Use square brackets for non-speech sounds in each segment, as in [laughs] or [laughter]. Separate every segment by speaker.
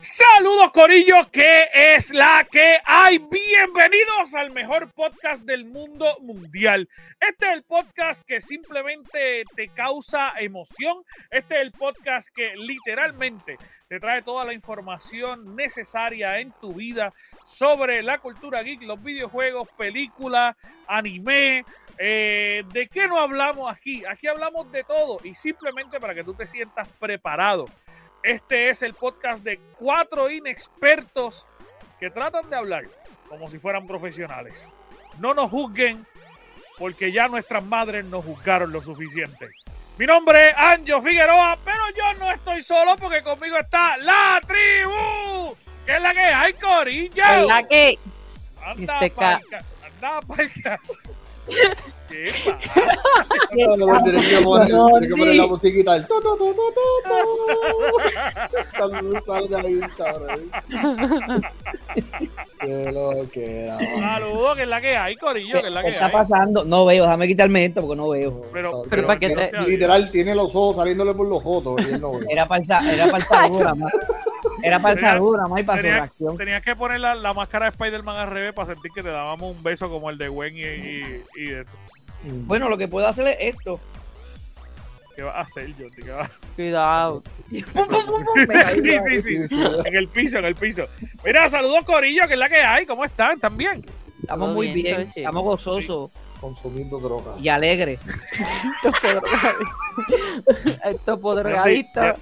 Speaker 1: Saludos Corillo, que es la que hay. Bienvenidos al mejor podcast del mundo mundial. Este es el podcast que simplemente te causa emoción. Este es el podcast que literalmente te trae toda la información necesaria en tu vida sobre la cultura geek, los videojuegos, películas, anime. Eh, ¿De qué no hablamos aquí? Aquí hablamos de todo y simplemente para que tú te sientas preparado. Este es el podcast de cuatro inexpertos que tratan de hablar como si fueran profesionales. No nos juzguen porque ya nuestras madres nos juzgaron lo suficiente. Mi nombre es Anjo Figueroa, pero yo no estoy solo porque conmigo está la tribu, que es la que hay, Corillo.
Speaker 2: ¿Verdad que?
Speaker 1: Anda
Speaker 2: Este ca-
Speaker 1: palca, anda
Speaker 2: [laughs]
Speaker 1: palca. ¿Qué pasa?
Speaker 3: No, no, no, tenés que poner, tenés que poner la musiquita. el tu, tu, tu, tu, tu, tu. Cuando sale ahí, cabrón. Qué lo que era, mano.
Speaker 1: Saludos, Ah, que es la que hay, Corillo, que es la
Speaker 4: ¿Qué
Speaker 1: que
Speaker 4: está
Speaker 1: hay.
Speaker 4: pasando? No veo, déjame quitarme esto porque no veo.
Speaker 3: [laughs]
Speaker 1: Pero,
Speaker 2: Pero para que te-
Speaker 3: Literal, tiene los ojos saliéndole por los jotos. y él no ve.
Speaker 4: Era falsa, era falsadura, más. Era falsadura, más y para su
Speaker 1: Tenía-
Speaker 4: reacción.
Speaker 1: Tenías que poner la, la máscara de Spider-Man al revés para sentir que te dábamos un beso como el de Gwen y, y, y de-
Speaker 3: Mm.
Speaker 4: Bueno, lo que puedo hacer es esto.
Speaker 1: ¿Qué vas a hacer, Jordi? ¿Qué vas a-
Speaker 2: Cuidado.
Speaker 4: Pum, pum, pum, pum, me caí.
Speaker 1: Sí, sí, sí. En el piso, en el piso. Mira, saludos, Corillo, que es la que hay. ¿Cómo están? ¿Están bien?
Speaker 4: Estamos
Speaker 2: Todo
Speaker 4: muy
Speaker 2: bien,
Speaker 4: bien,
Speaker 2: todo chido.
Speaker 4: estamos gozosos
Speaker 3: Consumiendo droga.
Speaker 4: y alegres.
Speaker 2: Topo drogadicto. [laughs] El topo drogadicto.
Speaker 1: eh,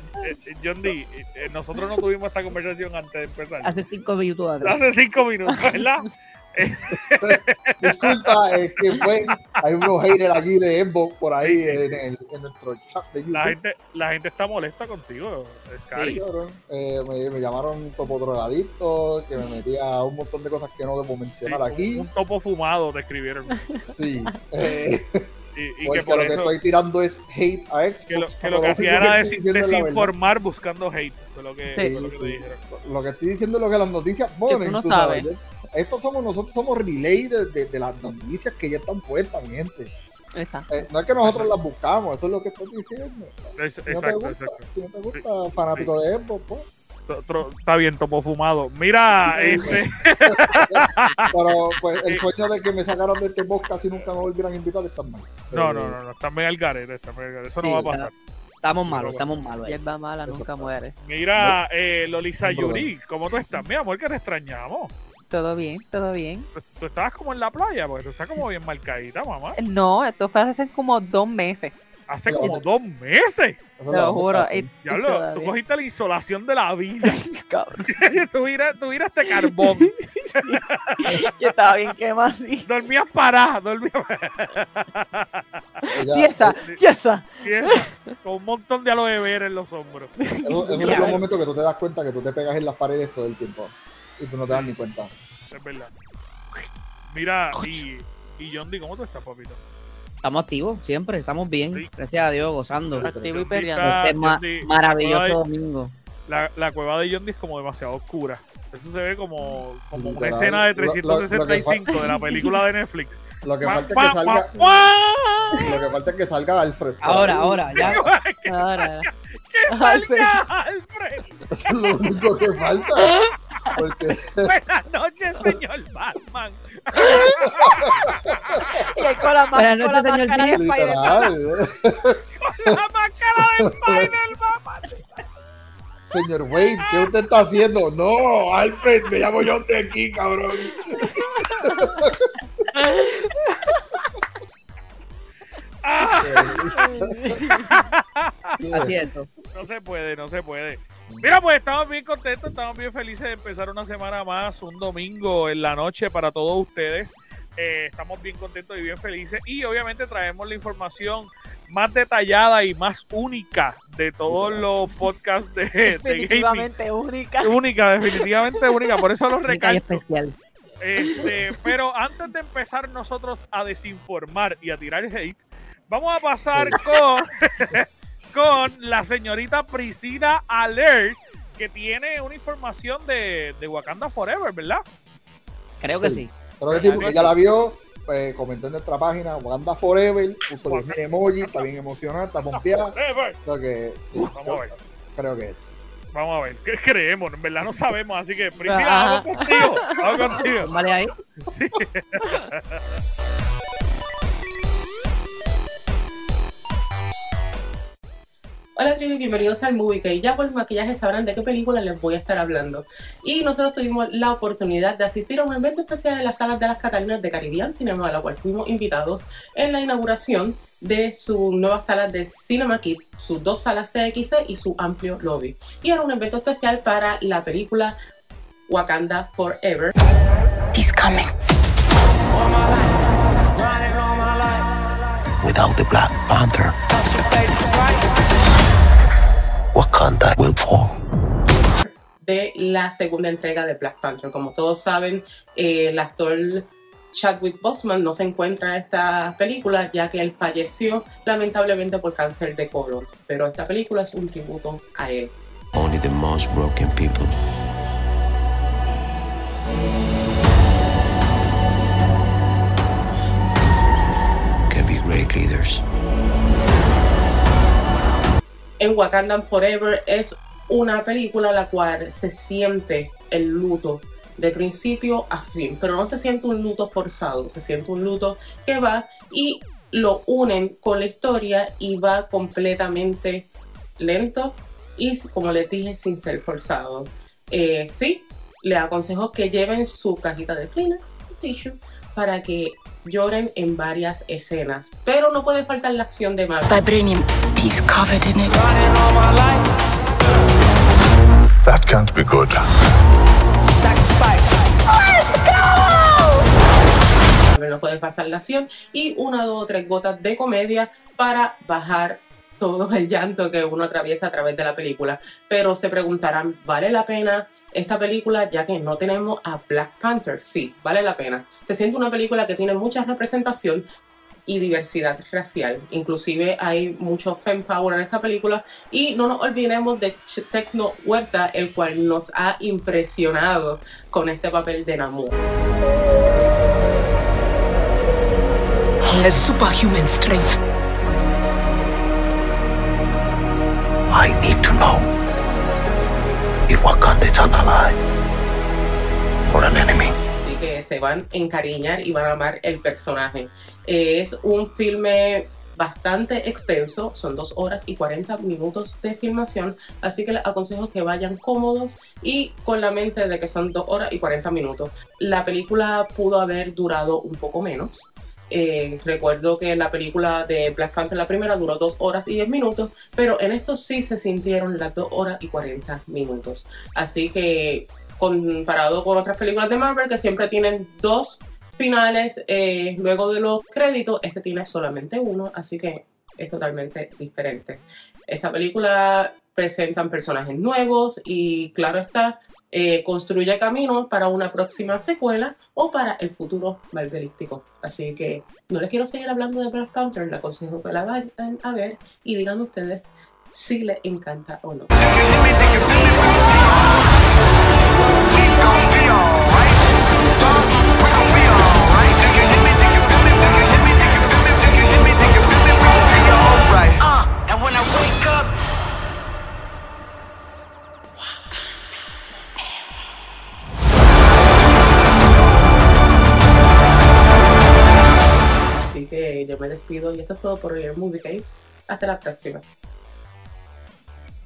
Speaker 1: Jordi, eh, nosotros no tuvimos esta conversación antes de empezar.
Speaker 4: Hace cinco minutos atrás.
Speaker 1: Hace cinco minutos, ¿verdad?
Speaker 3: Disculpa, es que fue. Hay unos haters aquí de Xbox por ahí
Speaker 1: Sí, sí.
Speaker 3: En, el- en nuestro chat de YouTube.
Speaker 1: La gente, la gente está molesta contigo, Scary.
Speaker 3: Sí, cabrón. Eh, me, me llamaron topodrogadicto, que me metía a un montón de cosas que no debo
Speaker 1: Sí,
Speaker 3: mencionar
Speaker 1: un,
Speaker 3: aquí.
Speaker 1: un topo fumado te escribieron. [laughs]
Speaker 3: Sí. Eh,
Speaker 1: Y, y
Speaker 3: Porque
Speaker 1: que por
Speaker 3: lo
Speaker 1: eso...
Speaker 3: que estoy tirando es hate a Xbox.
Speaker 1: que lo que,
Speaker 3: pero
Speaker 1: lo que
Speaker 3: sí
Speaker 1: hacía era
Speaker 3: estoy
Speaker 1: desin-
Speaker 3: diciendo la
Speaker 1: desinformar buscando hate. Fue lo que,
Speaker 2: Sí.
Speaker 1: fue lo que te
Speaker 3: Sí, sí.
Speaker 1: dijeron.
Speaker 3: verdad. Lo que estoy diciendo es lo que las noticias ponen.
Speaker 2: tú no
Speaker 3: tú
Speaker 2: sabes.
Speaker 3: ¿eh? Estos somos nosotros, somos relay de, de- de las noticias que ya están puestas, mi gente.
Speaker 2: Ahí está.
Speaker 3: Eh, no es que nosotros las buscamos, eso es lo que estoy diciendo.
Speaker 1: Es-
Speaker 3: Si no te
Speaker 1: exacto,
Speaker 3: gusta,
Speaker 1: exacto.
Speaker 3: si no te gusta, fanático de Xbox, pues.
Speaker 1: Tro- tro- Está bien, topo fumado. Mira,
Speaker 3: Sí.
Speaker 1: este,
Speaker 3: Pero pues, el sueño de que me sacaran de este podcast y nunca me volvieran a invitar está mal.
Speaker 1: no,
Speaker 3: Eh,
Speaker 1: no, no, no, también al garete, también al garete. Eso no
Speaker 4: Sí,
Speaker 1: va a pasar.
Speaker 4: Estamos malos, estamos malos. ahí.
Speaker 2: Hierba mala nunca muere.
Speaker 1: Mira, eh, Lolisa
Speaker 3: No, brother.
Speaker 1: Yuri, ¿cómo tú estás? Mi amor, que te extrañamos.
Speaker 2: Todo bien, todo bien.
Speaker 1: Tú, tú estabas como en la playa, porque tú estás como bien marcadita, mamá.
Speaker 2: No, esto fue hace como dos meses.
Speaker 1: Hace
Speaker 3: No.
Speaker 1: como dos meses.
Speaker 3: eso
Speaker 2: Te
Speaker 3: es la
Speaker 2: lo
Speaker 3: otra
Speaker 2: juro.
Speaker 3: cosa.
Speaker 2: y- y
Speaker 1: Diablo, tú
Speaker 2: todavía-
Speaker 1: cogiste la insolación de la vida.
Speaker 2: [laughs] Cabrón,
Speaker 1: [laughs] tú, miras, tú miras este carbón.
Speaker 2: Yo estaba bien quemada así.
Speaker 1: dormías [laughs] parada, dormías [laughs]
Speaker 3: Ella-
Speaker 2: Tiesa, tiesa.
Speaker 1: Tierra, con un montón de aloe vera en los hombros.
Speaker 3: Eso, eso es los momentos que tú te das cuenta que tú te pegas en las paredes todo el tiempo. Y tú no te das ni cuenta.
Speaker 1: Es verdad. Mira, y, y John D, ¿cómo tú estás, papito?
Speaker 4: Estamos activos, siempre, estamos bien.
Speaker 1: Sí.
Speaker 4: Gracias a Dios, gozando.
Speaker 3: Activo
Speaker 2: Activo
Speaker 1: John
Speaker 2: y
Speaker 1: D
Speaker 2: perreando.
Speaker 1: está-
Speaker 4: Este es ma-
Speaker 1: John D-
Speaker 4: maravilloso
Speaker 1: Ay.
Speaker 4: domingo.
Speaker 1: la, la cueva de John D es como demasiado oscura. Eso se ve como, como una
Speaker 3: Literal.
Speaker 1: escena de
Speaker 3: Lo- lo- lo que falta-
Speaker 1: 365 de
Speaker 3: [laughs]
Speaker 1: la película de Netflix.
Speaker 3: Lo que
Speaker 1: Pa,
Speaker 3: falta es
Speaker 1: pa,
Speaker 3: que salga.
Speaker 1: pa, pa.
Speaker 3: Lo que falta es que salga Alfred.
Speaker 4: Ahora, ahora, ya.
Speaker 1: [laughs]
Speaker 2: Ahora. Alfred.
Speaker 1: Salga, Alfred.
Speaker 3: [laughs] Eso es lo único que falta.
Speaker 2: [laughs]
Speaker 3: Porque
Speaker 1: Buenas noches, señor Batman.
Speaker 2: [laughs] Y él con la, ma-
Speaker 4: Buenas
Speaker 2: con la
Speaker 4: noches,
Speaker 2: máscara
Speaker 4: señor
Speaker 2: de
Speaker 4: Díaz.
Speaker 2: Spider-Man.
Speaker 3: literal, ¿eh?
Speaker 1: La máscara
Speaker 3: [laughs]
Speaker 1: de Spider-Man.
Speaker 3: señor Wayne, ¿qué usted está haciendo? No, Alfred, me llamo yo de aquí, cabrón.
Speaker 1: [laughs]
Speaker 3: [laughs]
Speaker 1: Ah,
Speaker 3: Eh,
Speaker 1: Este,
Speaker 4: Así es. esto.
Speaker 1: no se puede, no se puede. Mira, pues estamos bien contentos, estamos bien felices de empezar una semana más, un domingo en la noche para todos ustedes. Eh, estamos bien contentos y bien felices y obviamente traemos la información más detallada y más única de todos los podcasts de, de gaming.
Speaker 2: Definitivamente única.
Speaker 1: [laughs] Única, definitivamente única, por eso lo
Speaker 4: Única y
Speaker 1: recalco.
Speaker 4: especial.
Speaker 1: Este, pero antes de empezar nosotros a desinformar y a tirar hate, vamos a pasar con, [laughs] con la señorita Priscila Alert, que tiene una información de, de Wakanda Forever, ¿verdad?
Speaker 4: Creo que sí.
Speaker 3: Pero el tipo que ya la vio, pues, comentó en nuestra página, Wakanda Forever, puso 10.000 emojis, está bien emocionada, está pompeada.
Speaker 1: Forever.
Speaker 3: Creo que sí,
Speaker 1: Vamos a ver,
Speaker 3: creo que es.
Speaker 1: vamos a ver. ¿Qué creemos? En verdad no sabemos, así que Priscila,
Speaker 2: Ajá.
Speaker 1: vamos contigo. Vamos contigo.
Speaker 4: Vale ahí.
Speaker 1: Sí.
Speaker 5: Hola tribu, bienvenidos al Movie Cave. Ya por el maquillaje sabrán de qué película les voy a estar hablando. Y nosotros tuvimos la oportunidad de asistir a un evento especial en las salas de las Catalinas de Caribbean Cinema, a la cual fuimos invitados en la inauguración de su nueva sala de Cinema Kids, sus dos salas CXC y su amplio lobby. Y era un evento especial para la película Wakanda Forever.
Speaker 6: He's coming.
Speaker 7: Without the Black Panther, Wakanda will fall.
Speaker 5: de la segunda entrega de Black Panther. Como todos saben, eh, el actor Chadwick Boseman no se encuentra en esta película ya que él falleció lamentablemente por cáncer de colon, pero esta película es un tributo a él.
Speaker 7: Only the most broken people can be great leaders.
Speaker 5: En Wakanda Forever es una película la cual se siente el luto de principio a fin, pero no se siente un luto forzado, se siente un luto que va y lo unen con la historia y va completamente lento y, como les dije, sin ser forzado. Eh, sí, les aconsejo que lleven su cajita de Kleenex, un tissue, para que lloren en varias escenas, pero no puede faltar la acción de Marvel.
Speaker 6: Vibranium. He's covered in it.
Speaker 7: That can't be good.
Speaker 5: también nos puede pasar la acción y una, dos o tres gotas de comedia para bajar todo el llanto que uno atraviesa a través de la película. Pero se preguntarán, ¿vale la pena esta película ya que no tenemos a Black Panther? Sí, vale la pena. Se siente una película que tiene mucha representación y diversidad racial. Inclusive hay mucho fan power en esta película y no nos olvidemos de Ch- Tecno Huerta, el cual nos ha impresionado con este papel de Namor.
Speaker 6: He has superhuman strength.
Speaker 7: I need to know if Wakanda is an ally or an enemy.
Speaker 5: Así que se van a encariñar y van a amar el personaje. Eh, Es un filme bastante extenso, son dos horas y 40 minutos de filmación, así que les aconsejo que vayan cómodos y con la mente de que son dos horas y 40 minutos. La película pudo haber durado un poco menos. Eh, recuerdo que la película de Black Panther, la primera, duró dos horas y 10 minutos, pero en esto sí se sintieron las dos horas y 40 minutos. Así que comparado con otras películas de Marvel que siempre tienen dos finales eh, luego de los créditos, este tiene solamente uno, así que es totalmente diferente. Esta película presentan personajes nuevos y claro está, eh, construye caminos para una próxima secuela o para el futuro marvelístico. Así que no les quiero seguir hablando de Black Panther, les aconsejo que la vayan a ver y digan ustedes si les encanta o no. Así que yo me despido y esto es todo por hoy en Movie Cave. Hasta la próxima.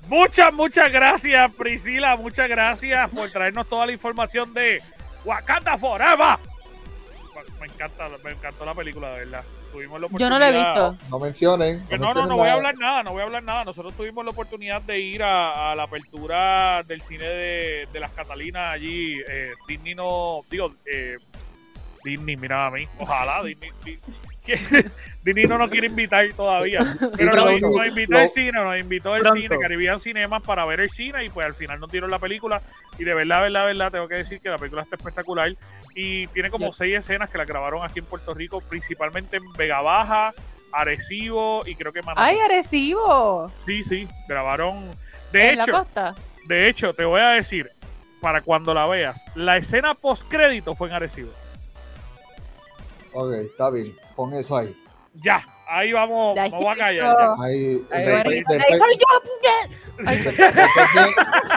Speaker 1: Muchas, muchas gracias, Priscila. Muchas gracias por traernos toda la información de Wakanda Forever. Me encanta, me encantó la película, de verdad. Tuvimos la
Speaker 2: Yo no la he
Speaker 1: oportunidad-
Speaker 2: visto.
Speaker 3: No mencionen.
Speaker 1: Que no, no,
Speaker 3: mencionen
Speaker 1: no voy a
Speaker 3: nada.
Speaker 1: hablar nada, no voy a hablar nada. Nosotros tuvimos la oportunidad de ir a, a la apertura del cine de, de las Catalinas allí. Eh, Disney no, digo, eh, Disney, mira a mí.
Speaker 3: [laughs]
Speaker 1: Ojalá Disney. Di- que- [laughs] Disney no nos quiere invitar
Speaker 3: [laughs]
Speaker 1: todavía. Pero
Speaker 3: pero
Speaker 1: nos,
Speaker 3: lo-
Speaker 1: nos invitó
Speaker 3: lo-
Speaker 1: el cine, nos invitó el
Speaker 3: Pronto.
Speaker 1: cine, Caribbean Cinemas para ver el cine y pues al final nos dieron la película. Y de verdad, verdad, verdad, tengo que decir que la película está espectacular. Y tiene como seis escenas que la grabaron aquí en Puerto Rico, principalmente en Vega Baja, Arecibo y creo que Manatí.
Speaker 2: ¡Ay, agresivo!
Speaker 1: Sí, sí, grabaron. De
Speaker 2: En la
Speaker 1: hecho, este,
Speaker 2: costa.
Speaker 1: de hecho, te voy a decir, para cuando la veas, la escena postcrédito fue en Arecibo.
Speaker 3: Ok, está bien. Pon eso ahí.
Speaker 1: Ya, ahí vamos,
Speaker 2: Ya,
Speaker 1: vamos a
Speaker 2: [laughs] chico.
Speaker 1: callar. ya.
Speaker 3: Ahí.
Speaker 2: Ay,
Speaker 3: después-
Speaker 1: este,
Speaker 2: Margarita,
Speaker 3: después-
Speaker 2: ¡Ay, soy yo, puñet! Ay, perdón,
Speaker 3: después tiene-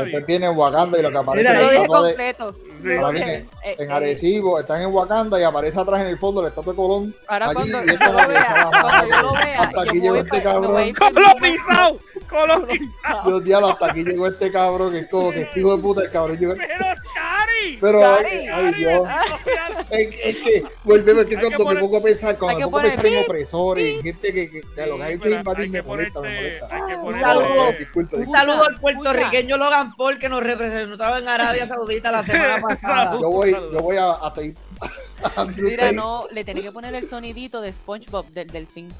Speaker 3: Después tienen Wakanda y lo que aparece
Speaker 4: Mira,
Speaker 3: en
Speaker 2: lo
Speaker 3: el
Speaker 2: dije
Speaker 3: campo de-
Speaker 2: completo.
Speaker 1: Sí.
Speaker 3: Para
Speaker 2: Lo
Speaker 3: mí
Speaker 2: dije.
Speaker 3: en-
Speaker 2: Eh,
Speaker 3: en
Speaker 2: eh,
Speaker 3: Arecibo, están en Wakanda y aparece atrás en el fondo la estatua de Colón.
Speaker 2: Ahora
Speaker 3: Allí,
Speaker 2: cuando
Speaker 3: y
Speaker 2: yo
Speaker 3: esto
Speaker 2: lo
Speaker 3: lo que
Speaker 2: vea,
Speaker 3: echaba
Speaker 2: cuando yo lo
Speaker 3: madre.
Speaker 2: vea,
Speaker 3: Hasta
Speaker 2: yo
Speaker 3: aquí
Speaker 2: me
Speaker 3: llegó
Speaker 2: voy
Speaker 3: este
Speaker 2: pa- me voy
Speaker 3: cabrón.
Speaker 2: [laughs] a ir pa-
Speaker 1: Colonizado,
Speaker 3: [laughs]
Speaker 1: colonizado.
Speaker 3: Dios diablo, hasta aquí llegó este cabrón que es como que este hijo de puta el cabrón. llegó-
Speaker 1: Pero Cari,
Speaker 3: Pero,
Speaker 2: Cari,
Speaker 3: ay, ay,
Speaker 1: Cari, no
Speaker 3: Dios.
Speaker 1: seas-
Speaker 3: Es, es que, volvemos, es que
Speaker 1: Hay
Speaker 3: cuando
Speaker 1: que
Speaker 3: me
Speaker 1: poner-
Speaker 3: pongo a pensar, cuando
Speaker 2: hay
Speaker 3: me
Speaker 2: que
Speaker 3: pongo a pensar en
Speaker 2: poner-
Speaker 3: opresores, en gente que, que, que a los
Speaker 1: Sí,
Speaker 3: que hay que
Speaker 1: pero
Speaker 3: invadir,
Speaker 1: hay
Speaker 3: me
Speaker 1: que
Speaker 3: molesta, me
Speaker 1: ponerte-
Speaker 3: molesta.
Speaker 1: hay que
Speaker 2: Ah,
Speaker 1: ponerte-
Speaker 3: Saludos, disculpe,
Speaker 4: Un
Speaker 3: disculpe.
Speaker 4: saludo al
Speaker 2: Escucha.
Speaker 4: puertorriqueño Logan Paul que nos representaba en Arabia Saudita la semana pasada.
Speaker 3: Yo voy, yo voy a, hasta ahí. a
Speaker 2: [laughs]
Speaker 3: Andrew
Speaker 2: Mira,
Speaker 3: Tate,
Speaker 2: no, le tenía que poner el sonidito de SpongeBob del delfín.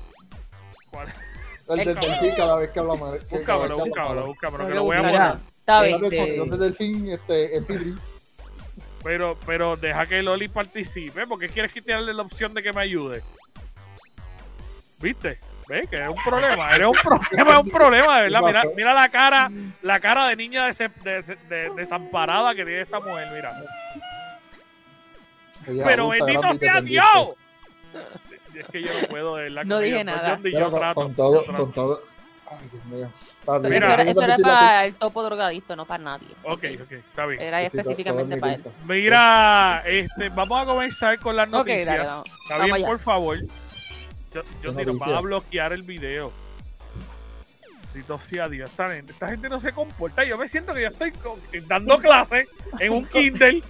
Speaker 3: el del
Speaker 1: Búscamelo.
Speaker 3: delfín cada vez que hablamos. cada vez que
Speaker 1: Búscamelo,
Speaker 3: hablamos.
Speaker 1: búscamelo, búscamelo, que
Speaker 2: Tengo
Speaker 1: lo voy a
Speaker 2: que
Speaker 4: buscar.
Speaker 1: borrar.
Speaker 2: buscarlo. Está bien.
Speaker 3: Hablar del sonido del delfín, este, en Pitri.
Speaker 1: Pero, pero deja que Loli participe, porque quieres quitarle la opción de que me ayude. ¿Viste? Ve que es un problema, eres un problema, es un problema, de verdad. Mira, mira la cara, la cara de niña dese- de- de- desamparada que tiene esta mujer, mira.
Speaker 3: Ella
Speaker 1: Pero
Speaker 3: adulta,
Speaker 1: bendito
Speaker 3: grande y
Speaker 1: sea
Speaker 3: dependiente.
Speaker 1: Dios. Es que yo no puedo, de verdad.
Speaker 2: No
Speaker 1: conmigo,
Speaker 2: dije nada.
Speaker 1: Jordi,
Speaker 3: Pero
Speaker 1: yo
Speaker 3: con,
Speaker 1: trato,
Speaker 3: con todo,
Speaker 1: yo trato.
Speaker 3: con todo. Ay, Dios mío. Para
Speaker 2: Eso,
Speaker 1: Mira,
Speaker 2: eso era,
Speaker 3: tengo
Speaker 2: eso
Speaker 3: que
Speaker 2: era
Speaker 3: decirle a
Speaker 2: para el topo drogadicto, no para nadie.
Speaker 1: Ok, ok, está bien.
Speaker 2: Era
Speaker 3: ti- sí,
Speaker 2: específicamente
Speaker 3: todo- todo
Speaker 2: para él.
Speaker 3: es mi culpa.
Speaker 1: Mira, este, vamos a comenzar con las
Speaker 2: Ok,
Speaker 1: noticias.
Speaker 2: dale, vamos.
Speaker 1: Está
Speaker 2: Vamos
Speaker 1: bien,
Speaker 2: allá.
Speaker 1: por favor. Yo, yo
Speaker 3: ¿Qué
Speaker 1: digo, van a
Speaker 3: noticias?
Speaker 1: bloquear el video. Bendito sea Dios, esta gente, esta gente no se comporta. Yo me siento que yo estoy co- eh, dando clases en un
Speaker 2: [laughs]
Speaker 1: Kindle.
Speaker 2: Yo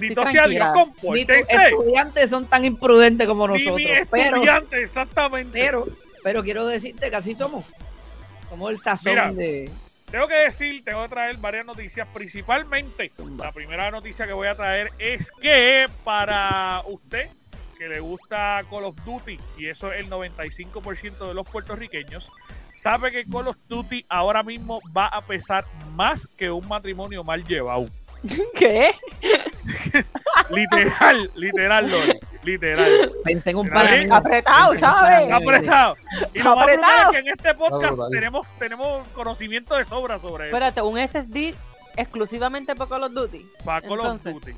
Speaker 1: Bendito
Speaker 2: estoy
Speaker 1: sea Dios,
Speaker 2: tranquila.
Speaker 4: Ni tus
Speaker 1: compórtense.
Speaker 4: estudiantes son tan imprudentes como
Speaker 1: Ni mi
Speaker 4: nosotros. Pero,
Speaker 1: estudiante, exactamente.
Speaker 4: pero, pero quiero decirte que así somos. Somos el sazón
Speaker 1: Mira.
Speaker 4: de.
Speaker 1: Tengo que decir, tengo que traer varias noticias. Principalmente, la primera noticia que voy a traer es que para usted que le gusta Call of Duty, y eso es el 95% de los puertorriqueños, sabe que Call of Duty ahora mismo va a pesar más que un matrimonio mal
Speaker 3: [laughs]
Speaker 1: llevado.
Speaker 2: ¿Qué?
Speaker 1: Literal, literal, Loli, literal.
Speaker 4: Pensé en un
Speaker 1: Mira,
Speaker 4: par
Speaker 1: bien.
Speaker 2: Apretado, ¿sabes?
Speaker 1: Está apretado. Y lo
Speaker 2: Está
Speaker 1: más brutal
Speaker 2: apretado.
Speaker 1: es que en este
Speaker 3: Está
Speaker 1: podcast
Speaker 3: brutal.
Speaker 1: tenemos, tenemos conocimiento de sobra sobre eso.
Speaker 2: Espérate, un SSD exclusivamente para Call of Duty.
Speaker 1: va Call of
Speaker 2: Entonces.
Speaker 1: Duty,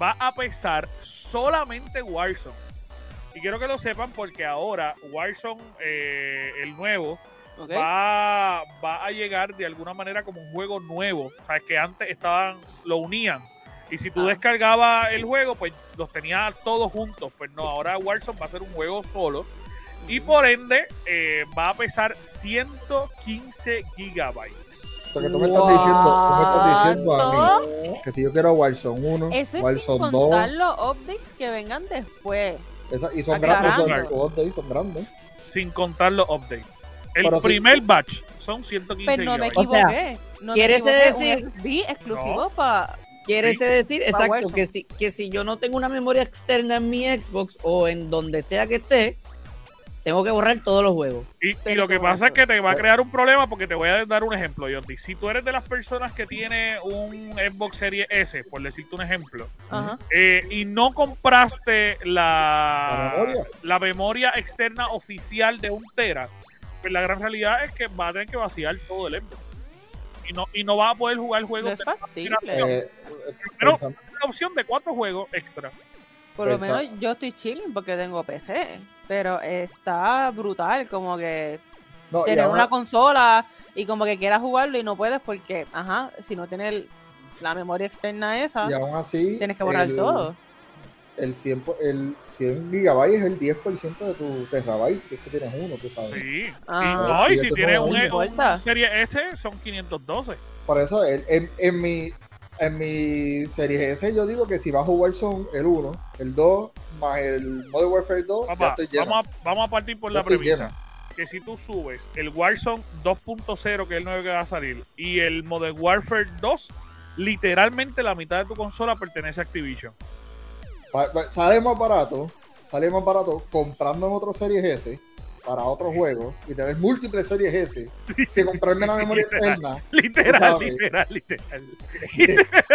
Speaker 1: va a pesar solamente Warzone. Y quiero que lo sepan porque ahora Warzone, eh, el nuevo,
Speaker 2: ¿ok?
Speaker 1: va, va a llegar de alguna manera como un juego nuevo. O sea, que antes estaban, lo unían. Y si tú
Speaker 2: Ah.
Speaker 1: descargabas el juego, pues los tenías todos juntos. Pues no, ahora Warzone va a ser un juego solo. Y por ende, eh, va a pesar 115 gigabytes.
Speaker 3: O sea, que tú me estás diciendo, tú me estás diciendo a mí que si yo quiero Warzone 1,
Speaker 2: Eso es sin
Speaker 3: Warzone 2,
Speaker 2: contar los updates que vengan después.
Speaker 3: esa- y son grandes,
Speaker 2: Aclarando.
Speaker 3: son, los updates son grandes.
Speaker 1: sin contar los updates. El
Speaker 3: Pero sí.
Speaker 1: primer batch son 115
Speaker 2: Pero Pues no me
Speaker 1: gigabytes.
Speaker 4: O sea,
Speaker 2: equivoqué. no me
Speaker 4: ¿quieres
Speaker 2: equivoqué,
Speaker 4: decir-
Speaker 2: Un SSD exclusivo
Speaker 1: No.
Speaker 2: para.
Speaker 4: Quiere
Speaker 1: Sí.
Speaker 4: ese decir, exacto,
Speaker 2: Warzone.
Speaker 4: que si, que si yo no tengo una memoria externa en mi Xbox o en donde sea que esté, tengo que borrar todos los juegos.
Speaker 1: Y- Y,
Speaker 2: Pero
Speaker 1: lo que
Speaker 2: qué
Speaker 1: pasa es
Speaker 2: bonito.
Speaker 1: que te va a crear un problema porque te voy a dar un ejemplo, Yondi. Si tú eres de las personas que tiene un Xbox Series S, por decirte un ejemplo,
Speaker 2: Ajá.
Speaker 1: eh, y no compraste la,
Speaker 3: La memoria.
Speaker 1: la memoria externa oficial de un Tera, pues la gran realidad es que va a tener que vaciar todo el Xbox. Y no, y no vas a poder jugar
Speaker 2: No
Speaker 1: juegos.
Speaker 2: es
Speaker 1: de
Speaker 2: factible.
Speaker 3: Eh,
Speaker 1: Pero-
Speaker 3: pensando-
Speaker 1: la opción de cuatro juegos extra.
Speaker 2: Por lo
Speaker 3: Exacto.
Speaker 2: menos yo estoy chilling porque tengo PC. Pero está brutal, como que
Speaker 3: no, Oh, y
Speaker 2: tener
Speaker 3: ahora,
Speaker 2: una consola y como que quieras jugarlo y no puedes porque, ajá, si no tienes el- la memoria externa esa,
Speaker 3: y aún así,
Speaker 2: tienes que borrar
Speaker 3: el-
Speaker 2: todo.
Speaker 3: El 100, po- el 100 gigabytes es el 10% de tu terabyte, si es que tienes uno, tú sabes.
Speaker 1: Sí.
Speaker 2: Ah.
Speaker 1: y no, y
Speaker 3: Sí,
Speaker 1: si
Speaker 3: eso
Speaker 1: tienes
Speaker 3: no
Speaker 1: un,
Speaker 2: importa.
Speaker 1: un Series S, son 512.
Speaker 3: Por eso, el- en, en mi en mi Series S yo digo que si vas a jugar son el 1, el 2, más el Modern Warfare 2, ya
Speaker 1: Papá,
Speaker 3: estoy lleno.
Speaker 1: vamos a, vamos a partir por
Speaker 3: Ya
Speaker 1: la
Speaker 3: estoy
Speaker 1: premisa.
Speaker 3: lleno.
Speaker 1: Que si tú subes el Warzone 2.0, que es el nuevo que va a salir, y el Modern Warfare 2, literalmente la mitad de tu consola pertenece a Activision. [laughs]
Speaker 3: pa- pa- sale más barato, sale más barato comprando en otro Series S para otro juego y tener múltiples Series S
Speaker 1: Sí, sí,
Speaker 3: que comprarme la
Speaker 1: sí,
Speaker 3: memoria
Speaker 1: literal, [laughs]
Speaker 3: externa.
Speaker 1: Literal,
Speaker 3: Tú sabes.
Speaker 1: literal, literal.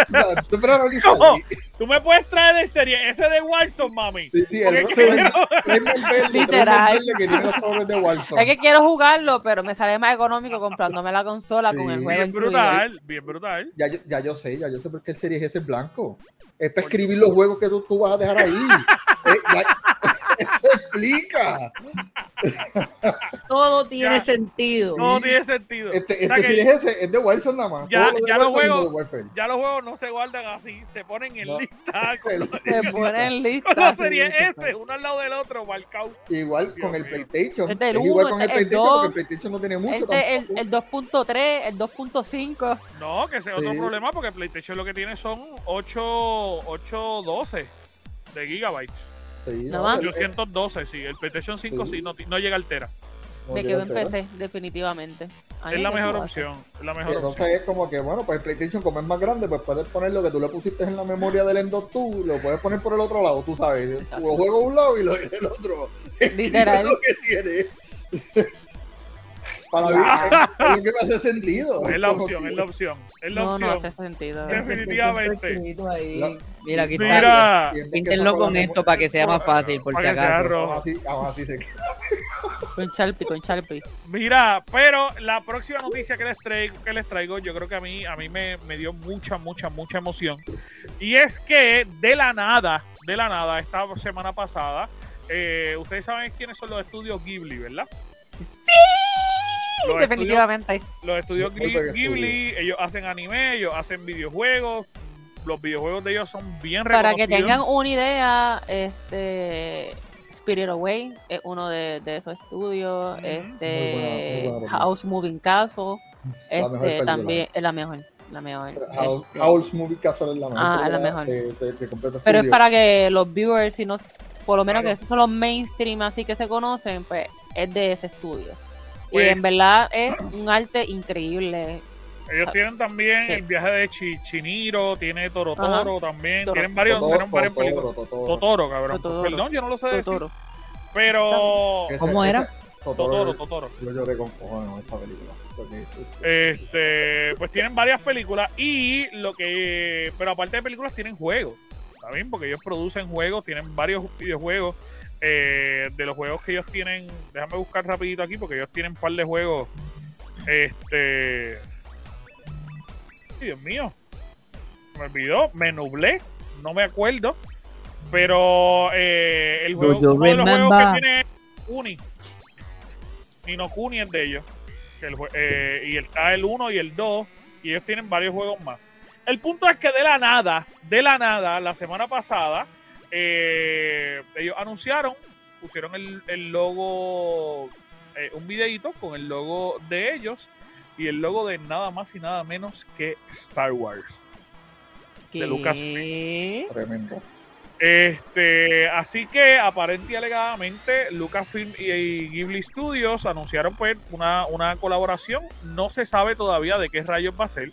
Speaker 3: No, tú me analizas,
Speaker 1: ¿Cómo?
Speaker 3: y-
Speaker 1: Tú me puedes traer el serie ese de Warzone, mami.
Speaker 3: Sí, sí,
Speaker 1: Porque
Speaker 3: el
Speaker 1: es que
Speaker 3: tráeme-
Speaker 1: quiero-
Speaker 3: tráeme el verde,
Speaker 2: Literal.
Speaker 3: tráeme el verde que tiene los colores de Warzone.
Speaker 2: Es que quiero jugarlo, pero me sale más económico comprándome la consola con el
Speaker 3: Sí.
Speaker 1: [laughs]
Speaker 2: juego
Speaker 1: Bien
Speaker 2: incluido.
Speaker 1: brutal, bien brutal.
Speaker 3: Ya, yo- ya yo sé, ya yo sé por qué el Series S es blanco. Es para escribir los juegos que tú, tú vas a dejar ahí.
Speaker 1: [laughs]
Speaker 3: Eh, ya- [laughs] eso explica.
Speaker 4: Todo tiene
Speaker 1: Ya.
Speaker 4: sentido.
Speaker 1: No tiene sentido.
Speaker 3: Este,
Speaker 1: O sea
Speaker 3: este
Speaker 1: que
Speaker 3: Series S es de Wilson nada más.
Speaker 1: Ya-
Speaker 3: Todo lo de
Speaker 1: ya los
Speaker 3: Wilson es
Speaker 1: juegos-
Speaker 3: Modern Warfare.
Speaker 1: ya los juegos no se guardan así, se ponen en
Speaker 3: No.
Speaker 1: lista
Speaker 3: [laughs]
Speaker 1: con,
Speaker 3: El-
Speaker 2: [laughs] Se ponen
Speaker 1: con la
Speaker 2: listas.
Speaker 1: serie S, uno al lado del otro, marcado.
Speaker 3: Igual
Speaker 1: Dios
Speaker 3: con el
Speaker 1: mío.
Speaker 3: PlayStation.
Speaker 2: Este
Speaker 3: Es
Speaker 2: el
Speaker 3: igual
Speaker 2: uno,
Speaker 3: con el
Speaker 2: este el
Speaker 3: PlayStation
Speaker 2: dos.
Speaker 3: porque el PlayStation no tiene mucho.
Speaker 2: Este, el,
Speaker 3: tampoco.
Speaker 2: el 2.3, el 2.5.
Speaker 1: No, que sea otro
Speaker 3: Sí.
Speaker 1: problema porque PlayStation lo que tiene son 8, 8 12 de gigabytes.
Speaker 3: Ah, Sí,
Speaker 2: Nada más.
Speaker 3: el-
Speaker 1: Yo
Speaker 3: el-
Speaker 1: 112, sí. El PlayStation 5 sí,
Speaker 3: Sí.
Speaker 1: no, ti- no llega al tera.
Speaker 3: no
Speaker 2: Me
Speaker 3: llega
Speaker 2: quedo
Speaker 3: al
Speaker 2: en
Speaker 3: cero.
Speaker 2: PC, definitivamente. Ahí
Speaker 1: Es la
Speaker 2: me
Speaker 1: mejor
Speaker 2: quedo.
Speaker 1: opción. Es la
Speaker 3: Y
Speaker 1: mejor
Speaker 3: entonces
Speaker 1: opción.
Speaker 3: es como que, bueno, pues el PlayStation, como es más grande, pues puedes poner lo que tú le pusiste en la memoria del Endo 2, lo puedes poner por el otro lado, tú sabes.
Speaker 2: Exacto.
Speaker 3: Lo juego a un lado y lo el otro.
Speaker 2: Literal.
Speaker 3: Es lo que tiene. [laughs] Para mí, es lo que me hace sentido.
Speaker 1: Es la
Speaker 3: Como
Speaker 1: opción,
Speaker 3: que-
Speaker 1: es la opción. Es la
Speaker 2: No, no hace
Speaker 1: opción.
Speaker 2: sentido.
Speaker 1: Definitivamente.
Speaker 3: La-
Speaker 4: Mira, aquí está.
Speaker 1: Mira,
Speaker 3: y es que saco
Speaker 4: Píntenlo
Speaker 3: la
Speaker 4: con
Speaker 3: memoria- pues,
Speaker 4: esto para que sea más fácil, por si
Speaker 1: Para que sea
Speaker 4: acaso.
Speaker 1: rojo.
Speaker 3: Aún así, aún así se queda.
Speaker 2: Con Sharpie, con Sharpie.
Speaker 1: Mira, pero la próxima noticia que les traigo, que les traigo yo creo que a mí, a mí me, me dio mucha, mucha, mucha emoción. Y es que de la nada, de la nada, esta semana pasada, eh, ustedes saben quiénes son los estudios Ghibli, ¿verdad? Los estudios,
Speaker 2: Definitivamente.
Speaker 1: los estudios
Speaker 3: Muy
Speaker 1: Ghi-
Speaker 3: buen estudio.
Speaker 1: Ghibli, ellos hacen anime, ellos hacen videojuegos. Los videojuegos de ellos son bien
Speaker 2: Para
Speaker 1: reconocidos.
Speaker 2: que tengan una idea, este Spirit Away es uno de, de esos estudios.
Speaker 1: Ujú.
Speaker 2: Este
Speaker 3: Muy buena- muy buena película.
Speaker 2: House Moving Castle.
Speaker 3: La mejor
Speaker 2: Este
Speaker 3: película.
Speaker 2: también es la mejor. La mejor.
Speaker 3: Howl-
Speaker 2: Este,
Speaker 3: Howl's Movie Castle es la mejor.
Speaker 2: Ah, es la
Speaker 3: película
Speaker 2: mejor.
Speaker 3: De, de- de completo
Speaker 2: pero es
Speaker 3: estudio.
Speaker 2: para que los viewers, si no, por lo menos
Speaker 1: Claro.
Speaker 2: que esos son los mainstream así que se conocen, pues es de ese estudio. y
Speaker 1: Pues-
Speaker 2: en verdad es un arte increíble.
Speaker 1: Ellos tienen también
Speaker 2: Sí.
Speaker 1: el viaje de Chi- Chiniro, tiene Toro
Speaker 2: Ajá.
Speaker 1: Toro también,
Speaker 2: Toro.
Speaker 1: tienen varios,
Speaker 3: Totoro,
Speaker 1: tienen varias
Speaker 3: Totoro,
Speaker 1: películas.
Speaker 3: Totoro.
Speaker 1: Totoro, cabrón.
Speaker 2: Totoro.
Speaker 1: Perdón, yo no lo sé decir.
Speaker 2: Totoro.
Speaker 1: Pero
Speaker 3: Ese-
Speaker 4: ¿Cómo
Speaker 3: ese-
Speaker 4: era?
Speaker 1: Totoro,
Speaker 3: Totoro,
Speaker 1: Totoro.
Speaker 3: Yo lloré con cojones con esa película. Porque-
Speaker 1: Este, pues tienen varias películas y lo que, pero aparte de películas tienen juegos, también porque ellos producen juegos, tienen varios videojuegos eh, de los juegos que ellos tienen. Déjame buscar rapidito aquí porque ellos tienen un par de juegos. Este, ay, Dios mío, me olvidó, me nublé, no me acuerdo, pero eh, el
Speaker 4: Do
Speaker 1: juego
Speaker 4: you
Speaker 1: uno de los juegos que
Speaker 4: remember?
Speaker 1: tiene es Uni, Nino Kuni es de ellos que el jue- eh, y el- está el 1 y el 2, y ellos tienen varios juegos más. El punto es que de la nada, de la nada, la semana pasada, eh, ellos anunciaron, pusieron el, el logo, eh, un videito con el logo de ellos y el logo de nada más y nada menos que Star Wars.
Speaker 2: ¿Qué?
Speaker 1: Lucasfilm.
Speaker 3: Tremendo.
Speaker 1: Este, así que aparente y alegadamente Lucasfilm y, y Ghibli Studios anunciaron pues una, una colaboración. No se sabe todavía de qué rayos va a ser.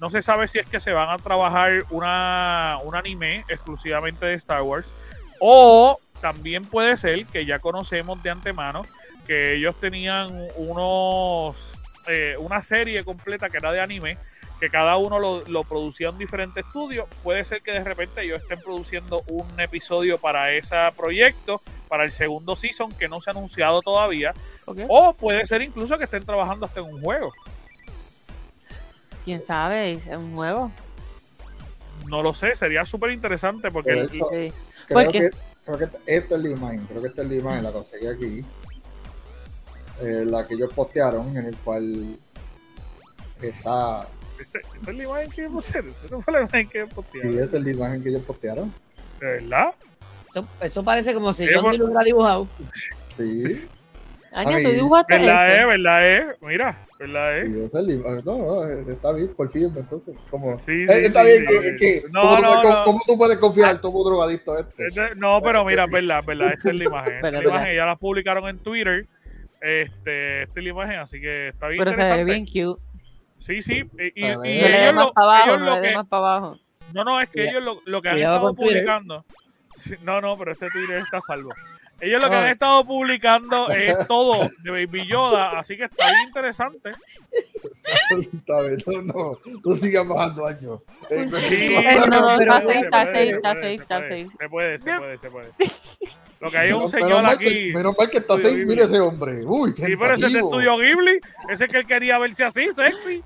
Speaker 1: No se sabe si es que se van a trabajar una, un anime exclusivamente de Star Wars. O también puede ser que ya conocemos de antemano que ellos tenían unos eh, una serie completa que era de anime que cada uno lo, lo producía en diferentes estudios. Puede ser que de repente ellos estén produciendo un episodio para ese proyecto, para el segundo season que no se ha anunciado todavía.
Speaker 2: Ok.
Speaker 1: O puede ser incluso que estén trabajando hasta en un juego.
Speaker 2: ¿Quién sabe? Es un juego.
Speaker 1: No lo sé, sería súper interesante porque
Speaker 3: De
Speaker 1: el-
Speaker 3: hecho,
Speaker 2: Sí.
Speaker 3: creo,
Speaker 2: Porque-
Speaker 3: que, creo que esta es la imagen, creo que esta es la imagen, la conseguí aquí. Eh, la que ellos postearon, en el cual está.
Speaker 1: ese- esa es la imagen que postearon, esa fue la imagen que postearon.
Speaker 3: Sí, esta es la imagen que ellos postearon.
Speaker 1: ¿De verdad?
Speaker 4: Eso, eso parece como si
Speaker 1: Sí, pues.
Speaker 4: John
Speaker 1: bueno.
Speaker 4: Dee lo hubiera dibujado.
Speaker 3: Sí, sí,
Speaker 2: Anya, tú
Speaker 3: Ay,
Speaker 2: dibujaste
Speaker 1: ¿Verdad es?
Speaker 2: eso.
Speaker 1: ¿Verdad es? Mira, ¿verdad es?
Speaker 3: esa es la imagen. No, no, está bien, por fin, entonces. Como,
Speaker 1: Sí,
Speaker 3: Eh,
Speaker 1: sí,
Speaker 3: está
Speaker 1: sí,
Speaker 3: bien,
Speaker 1: sí,
Speaker 3: que-
Speaker 1: sí.
Speaker 3: que-
Speaker 1: No,
Speaker 3: ¿cómo, tú
Speaker 1: no,
Speaker 3: puedes,
Speaker 1: no.
Speaker 3: cómo tú puedes confiar en todo
Speaker 1: [laughs]
Speaker 3: drogadicto este? [laughs]
Speaker 1: Este- No, pero mira, es verdad, es verdad, esta es la imagen. Esta es la
Speaker 2: Pero,
Speaker 1: imagen, ya la publicaron en Twitter. Este, esta es la imagen, así que está bien.
Speaker 2: Pero se ve
Speaker 1: interesante.
Speaker 2: bien cute.
Speaker 1: Sí, sí. Y, y-
Speaker 3: A
Speaker 1: y
Speaker 3: ver.
Speaker 2: No le dé
Speaker 1: ellos,
Speaker 2: más
Speaker 1: lo,
Speaker 2: para abajo,
Speaker 1: ellos
Speaker 2: no
Speaker 1: lo
Speaker 2: le dé
Speaker 1: que,
Speaker 2: más para abajo.
Speaker 1: no, no, es que ellos lo, lo que han
Speaker 4: Cuidado
Speaker 1: estado
Speaker 4: con Twitter.
Speaker 1: publicando, Sí, No, no, pero este Twitter está a salvo. Ellos lo que han estado publicando es todo de Baby Yoda, así que está bien interesante.
Speaker 3: Está bien, no, no. Tú sigas bajando años. Eh,
Speaker 1: Sí,
Speaker 2: Bueno,
Speaker 1: no,
Speaker 2: no,
Speaker 1: se
Speaker 2: está
Speaker 1: puede,
Speaker 2: safe, está
Speaker 1: se
Speaker 2: safe,
Speaker 1: puede,
Speaker 2: está
Speaker 1: se
Speaker 2: safe, está
Speaker 1: puede,
Speaker 2: safe.
Speaker 1: Se puede, se puede, se puede. Lo que hay es un
Speaker 3: menos-
Speaker 1: señor
Speaker 3: mal que-
Speaker 1: aquí.
Speaker 3: menos mal que está
Speaker 1: Estudio
Speaker 3: safe,
Speaker 1: Ghibli.
Speaker 3: mire ese hombre. Uy,
Speaker 1: Sí, pero ese es de
Speaker 3: tentativo.
Speaker 1: estudio Ghibli. Ese es que él quería verse así, sexy.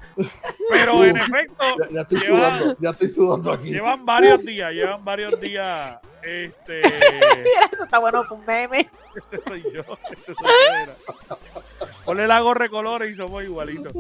Speaker 1: Pero
Speaker 3: [laughs]
Speaker 1: en efecto,
Speaker 3: Ya, ya estoy
Speaker 1: Lleva-
Speaker 3: sudando, ya estoy sudando aquí.
Speaker 1: llevan varios días, llevan varios días.
Speaker 3: [laughs]
Speaker 1: Este.
Speaker 2: Mira, eso está bueno con meme.
Speaker 1: Este soy yo. Este soy yo era. Ponle la gorra de colores y somos igualitos.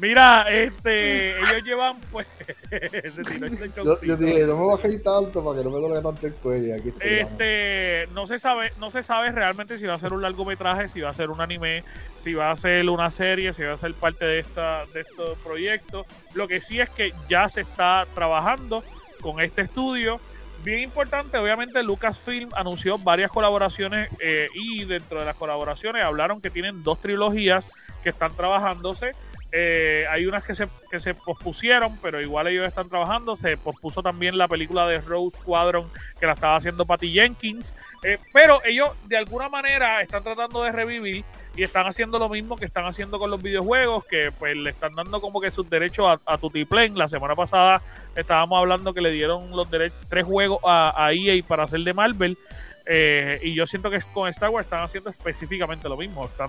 Speaker 1: Mira, este, ellos llevan pues. [laughs] se tiró este
Speaker 3: Yo,
Speaker 1: chontito.
Speaker 3: yo dije, no me voy a caer tanto para que no me duele tanto el cuello. Aquí estoy, vamos.
Speaker 1: Este, no se sabe, no se sabe realmente si va a ser un largometraje, si va a ser un anime, si va a ser una serie, si va a ser parte de esta de estos proyectos. Lo que sí es que ya se está trabajando con este estudio. Bien importante, obviamente Lucasfilm anunció varias colaboraciones eh, y dentro de las colaboraciones hablaron que tienen dos trilogías que están trabajándose. Eh, hay unas que se, que se pospusieron, pero igual ellos están trabajando. Se pospuso también la película de Rose Squadron que la estaba haciendo Patty Jenkins. Eh, pero ellos de alguna manera están tratando de revivir y están haciendo lo mismo que están haciendo con los videojuegos, que pues le están dando como que sus derechos a, a Tutiplen. La semana pasada estábamos hablando que le dieron los derechos, tres juegos a, E a EA para hacer de Marvel. eh, y yo siento que con Star Wars están haciendo específicamente lo mismo. Están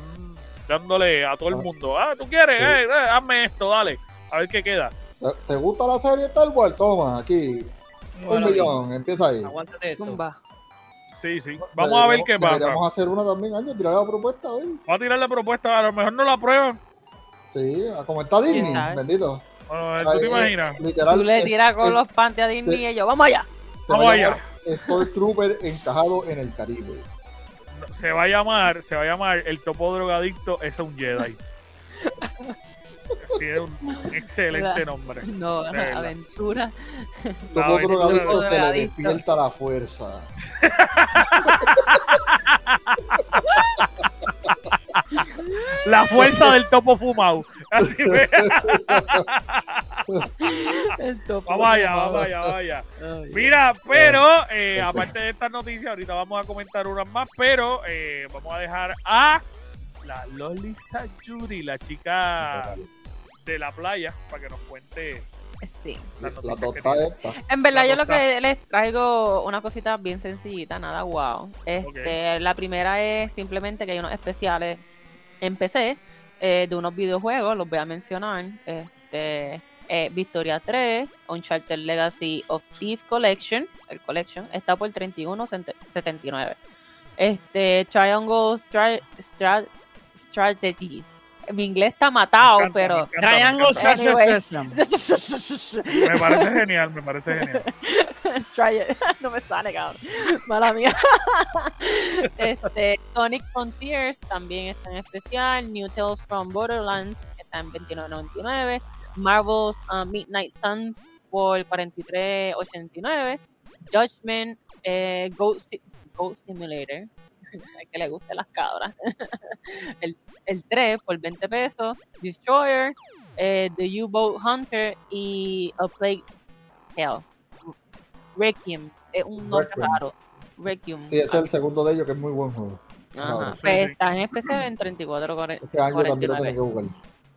Speaker 1: dándole a todo el
Speaker 3: Ah.
Speaker 1: mundo. Ah, tú quieres,
Speaker 3: Sí.
Speaker 1: Eh, eh, hazme esto, dale. A ver qué queda.
Speaker 3: ¿Te- ¿Te gusta la serie tal cual? Toma, aquí.
Speaker 4: Bueno,
Speaker 3: un millón, empieza ahí.
Speaker 4: Aguántate esto.
Speaker 2: Zumba.
Speaker 1: Sí, sí. Vamos a ver qué pasa.
Speaker 3: Vamos a hacer una también, año, tirar la propuesta a ver.
Speaker 1: Vamos a tirar la propuesta. A lo mejor no la aprueban.
Speaker 3: Sí, a- como está Disney,
Speaker 2: ¿Quién sabe?
Speaker 3: bendito.
Speaker 1: Bueno, ¿Tú te
Speaker 3: Ay,
Speaker 1: imaginas?
Speaker 3: Literal.
Speaker 2: Tú le
Speaker 3: es-
Speaker 2: tiras
Speaker 3: es-
Speaker 2: con los panties a Disney y ellos, vamos allá.
Speaker 3: se va a
Speaker 1: Vamos allá.
Speaker 3: llamar Stormtrooper encajado en el Caribe.
Speaker 1: Se va a llamar, se va a llamar el topo drogadicto es un Jedi. Tiene un un excelente
Speaker 2: ¿Verdad?
Speaker 1: nombre.
Speaker 2: No,
Speaker 1: De verdad.
Speaker 2: aventura.
Speaker 1: La
Speaker 3: Todo
Speaker 1: aventura
Speaker 3: drogadicto se le
Speaker 2: drogadicto.
Speaker 3: despierta la fuerza.
Speaker 1: La fuerza del topo fumado. Así es.
Speaker 2: El topo.
Speaker 1: Vamos allá, vamos allá, vamos allá.
Speaker 4: Ay,
Speaker 1: Mira, pero eh, aparte de estas noticias, ahorita vamos a comentar unas más, pero eh, vamos a dejar a la Loli Sayuri, la chica de la playa, para que nos cuente
Speaker 2: Sí.
Speaker 1: las
Speaker 3: La
Speaker 1: noticias que
Speaker 3: tosta
Speaker 1: tiene.
Speaker 3: esta.
Speaker 2: En verdad,
Speaker 1: La
Speaker 2: yo lo
Speaker 1: tostada.
Speaker 2: que les traigo una cosita bien sencillita, nada guau. Este, La primera es simplemente que hay unos especiales en PC eh, de unos videojuegos, los voy a mencionar. Este, eh, Victoria 3, Uncharted Legacy of Thief Collection, el Collection, está por 31.79. Este, Triangle Stra- Stra- Strategy. Mi inglés está matado,
Speaker 1: Me encanta,
Speaker 2: Ah, pero.
Speaker 1: me encanta, me
Speaker 4: Triangle
Speaker 1: encanta.
Speaker 4: Sasha
Speaker 2: Anyway.
Speaker 4: Sesam.
Speaker 1: Me parece genial, me parece genial.
Speaker 2: [laughs] Try it. [laughs] No me sale, cabrón. Mala mía. [laughs] este, Sonic Frontiers también está en especial. New Tales from Borderlands está en 29.99. Marvel's uh, Midnight Suns por 43.89. Judgment eh, Goat, Si- Goat Simulator. [laughs] Al que le gusten las cabras. [laughs] el, el 3 por 20 pesos. Destroyer, eh, The U-Boat Hunter y A Plague Hell. Requiem. Es un nombre
Speaker 3: Requiem.
Speaker 2: raro. Requiem.
Speaker 3: Sí, ese es el segundo de ellos que es muy buen juego.
Speaker 2: Ajá.
Speaker 3: Sí,
Speaker 2: Pues
Speaker 1: sí.
Speaker 2: está en especial en 34
Speaker 3: Ese año también lo tengo
Speaker 2: 49.
Speaker 3: que jugar.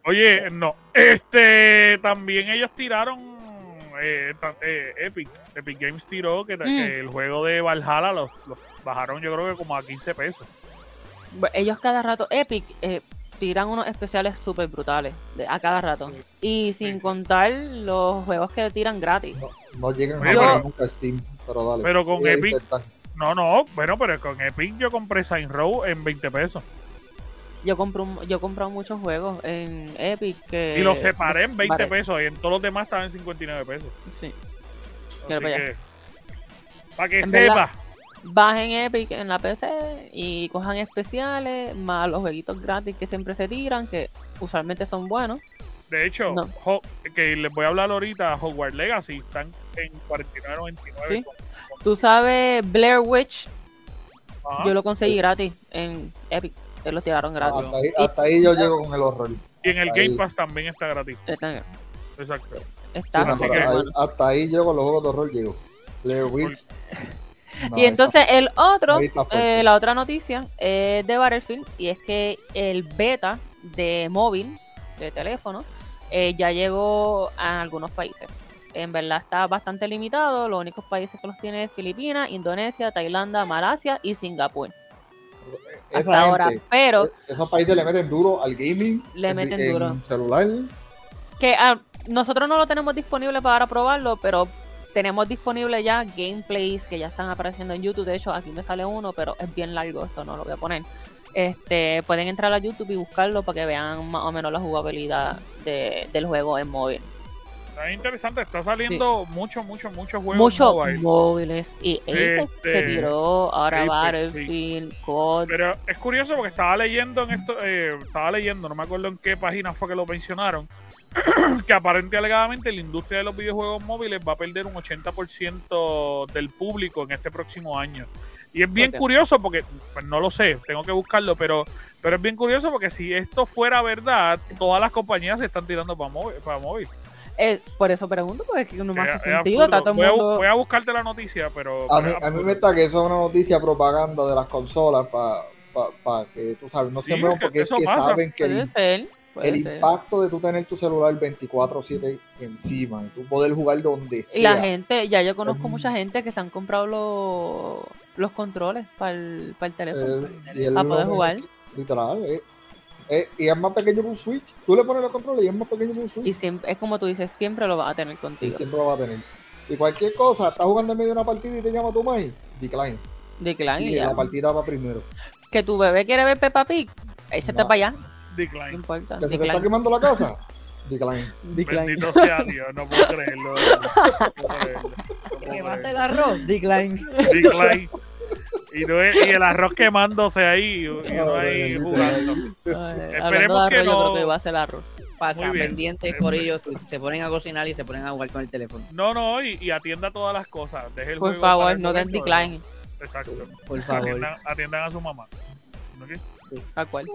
Speaker 1: Oye, no. Este, también ellos tiraron. eh, ta- eh, Epic, Epic Games tiró que,
Speaker 2: Mm.
Speaker 1: que el juego de Valhalla los, los bajaron, yo creo que como a 15 pesos.
Speaker 2: Bueno, Pues Ellos cada rato, Epic, eh, tiran unos especiales súper brutales de- a cada rato. Y sin contar los juegos que tiran gratis.
Speaker 3: No llegan
Speaker 1: Oye,
Speaker 3: jamás
Speaker 2: pero-
Speaker 3: nunca a Steam, pero dale.
Speaker 1: Pero con
Speaker 3: Ellos
Speaker 1: Epic,
Speaker 3: intentan.
Speaker 1: no, no, bueno, pero con Epic yo compré Saint Row en 20 pesos
Speaker 2: Yo compro, un- yo he comprado muchos juegos en Epic que...
Speaker 1: y los separé en 20
Speaker 2: Eh, vale.
Speaker 1: pesos y en todos los demás estaban en 59 pesos.
Speaker 2: Sí. Mira para allá.
Speaker 1: Para que
Speaker 2: En
Speaker 1: sepa,
Speaker 2: verdad. bajen Epic en la PC y cojan especiales, más los jueguitos gratis que siempre se tiran, que usualmente son buenos.
Speaker 1: de hecho,
Speaker 2: No.
Speaker 1: Ho- que les voy a hablar ahorita, Hogwarts Legacy están en 49.99.
Speaker 2: Sí.
Speaker 1: con-
Speaker 2: Tú sabes, Blair Witch,
Speaker 1: Ajá.
Speaker 2: yo lo conseguí gratis en Epic, te lo tiraron gratis.
Speaker 3: Ah, Hasta ahí, hasta ahí yo llego con el horror.
Speaker 1: Y en el
Speaker 3: Ahí.
Speaker 1: Game Pass también está gratis.
Speaker 2: Está,
Speaker 1: Exacto.
Speaker 2: está
Speaker 1: Sí, no,
Speaker 3: Hasta
Speaker 1: que-
Speaker 2: súper
Speaker 3: ahí-
Speaker 2: bueno.
Speaker 3: hasta ahí llego con los juegos de horror, llego. Blair Witch,
Speaker 2: [laughs]
Speaker 3: No,
Speaker 2: Y entonces el otro,
Speaker 3: ahí está fuerte.
Speaker 2: eh, la otra noticia es de Battlefield y es que el beta de móvil, de teléfono, eh, ya llegó a algunos países. En verdad está bastante limitado, los únicos países que los tiene es Filipinas, Indonesia, Tailandia, Malasia y Singapur
Speaker 3: Esa
Speaker 2: hasta ahora.
Speaker 3: gente,
Speaker 2: Pero
Speaker 3: E-, Esos países le meten duro al gaming.
Speaker 2: Le
Speaker 3: en-
Speaker 2: meten
Speaker 3: en
Speaker 2: duro.
Speaker 3: celular.
Speaker 2: que ah, nosotros no lo tenemos disponible para probarlo, pero tenemos disponible ya gameplays que ya están apareciendo en YouTube. De hecho, aquí me sale uno, pero es bien largo, esto no lo voy a poner. Este, pueden entrar a YouTube y buscarlo para que vean más o menos la jugabilidad de- del juego en móvil.
Speaker 1: Está interesante, está saliendo mucho, mucho, mucho juego
Speaker 2: Muchos
Speaker 1: mobile.
Speaker 2: móviles y Apex se
Speaker 1: Este,
Speaker 2: tiró, ahora
Speaker 1: Apex,
Speaker 2: Battlefield, COD.
Speaker 1: Pero es curioso porque estaba leyendo en esto, eh, estaba leyendo, no me acuerdo en qué página fue que lo mencionaron, [clears throat] que aparente y alegadamente la industria de los videojuegos móviles va a perder un 80% del público en este próximo año. Y es bien
Speaker 4: Ok.
Speaker 1: curioso porque, pues no lo sé, tengo que buscarlo, pero, pero es bien curioso porque si esto fuera verdad, todas las compañías se están tirando para móvil. Para móvil.
Speaker 2: Eh, por eso pregunto, porque es que no me
Speaker 1: Es-
Speaker 2: hace
Speaker 1: es
Speaker 2: sentido. Está
Speaker 1: absurdo.
Speaker 2: todo
Speaker 1: voy,
Speaker 2: el
Speaker 1: a, bu-
Speaker 2: mundo...
Speaker 1: voy a buscarte la noticia, pero...
Speaker 3: A
Speaker 1: pero es
Speaker 3: mí, a mí
Speaker 1: absurdo.
Speaker 3: me está que eso es una noticia propaganda de las consolas para que tú sabes, no
Speaker 1: Sí,
Speaker 3: se muevan
Speaker 1: es que
Speaker 3: porque es
Speaker 1: eso
Speaker 3: que
Speaker 1: pasa.
Speaker 3: saben que
Speaker 2: Puede
Speaker 3: el,
Speaker 2: ser, puede
Speaker 3: el
Speaker 2: ser.
Speaker 3: impacto de tú tener tu celular 24-7 encima y tú poder jugar donde sea.
Speaker 2: Y la gente, ya yo conozco
Speaker 3: Mm.
Speaker 2: mucha gente que se han comprado los, los controles para el, teléfono.
Speaker 3: eh, y es
Speaker 2: para
Speaker 3: lo
Speaker 2: poder
Speaker 3: que-
Speaker 2: jugar.
Speaker 3: Literal. eh, eh, y es más pequeño que un Switch. Tú le pones los controles y es más pequeño que un Switch.
Speaker 2: Y siempre, es como tú dices, siempre lo vas a tener
Speaker 3: Y
Speaker 2: contigo.
Speaker 3: siempre lo va a tener. Y cualquier cosa, estás jugando en medio de una partida y te llama tu mai, decline.
Speaker 2: Decline y
Speaker 3: Y
Speaker 2: ya.
Speaker 3: la partida va primero.
Speaker 2: Que tu bebé quiere ver Peppa Pig, échate
Speaker 3: No.
Speaker 2: para allá, no
Speaker 1: Decline.
Speaker 2: importa.
Speaker 3: Que se te
Speaker 2: Ah, decline,
Speaker 3: está quemando la casa, decline.
Speaker 2: decline.
Speaker 1: Bendito sea Dios, no puedo creerlo. No puedo creerlo. No puedo
Speaker 4: Quemaste el
Speaker 1: creerlo.
Speaker 4: arroz, decline.
Speaker 1: Decline. Y, no es- y el arroz quemándose ahí, y uno ahí
Speaker 3: Ah, Literal.
Speaker 1: jugando.
Speaker 2: Ay, Hablando de
Speaker 1: Esperemos que
Speaker 2: arroz, yo creo
Speaker 1: no.
Speaker 2: que iba a ser arroz.
Speaker 4: Pasa,
Speaker 1: Muy bien.
Speaker 4: pendientes, corillos, se ponen a cocinar y se ponen a jugar con el teléfono.
Speaker 1: No, no, y, y atienda todas las cosas. Deje el
Speaker 2: Por
Speaker 1: juego para
Speaker 2: favor,
Speaker 1: el
Speaker 2: no den
Speaker 1: momento,
Speaker 2: decline.
Speaker 1: Exacto.
Speaker 4: Por favor.
Speaker 1: Atiendan, atiendan a su mamá. ¿Ok?
Speaker 2: Tal
Speaker 1: [laughs]
Speaker 2: cual.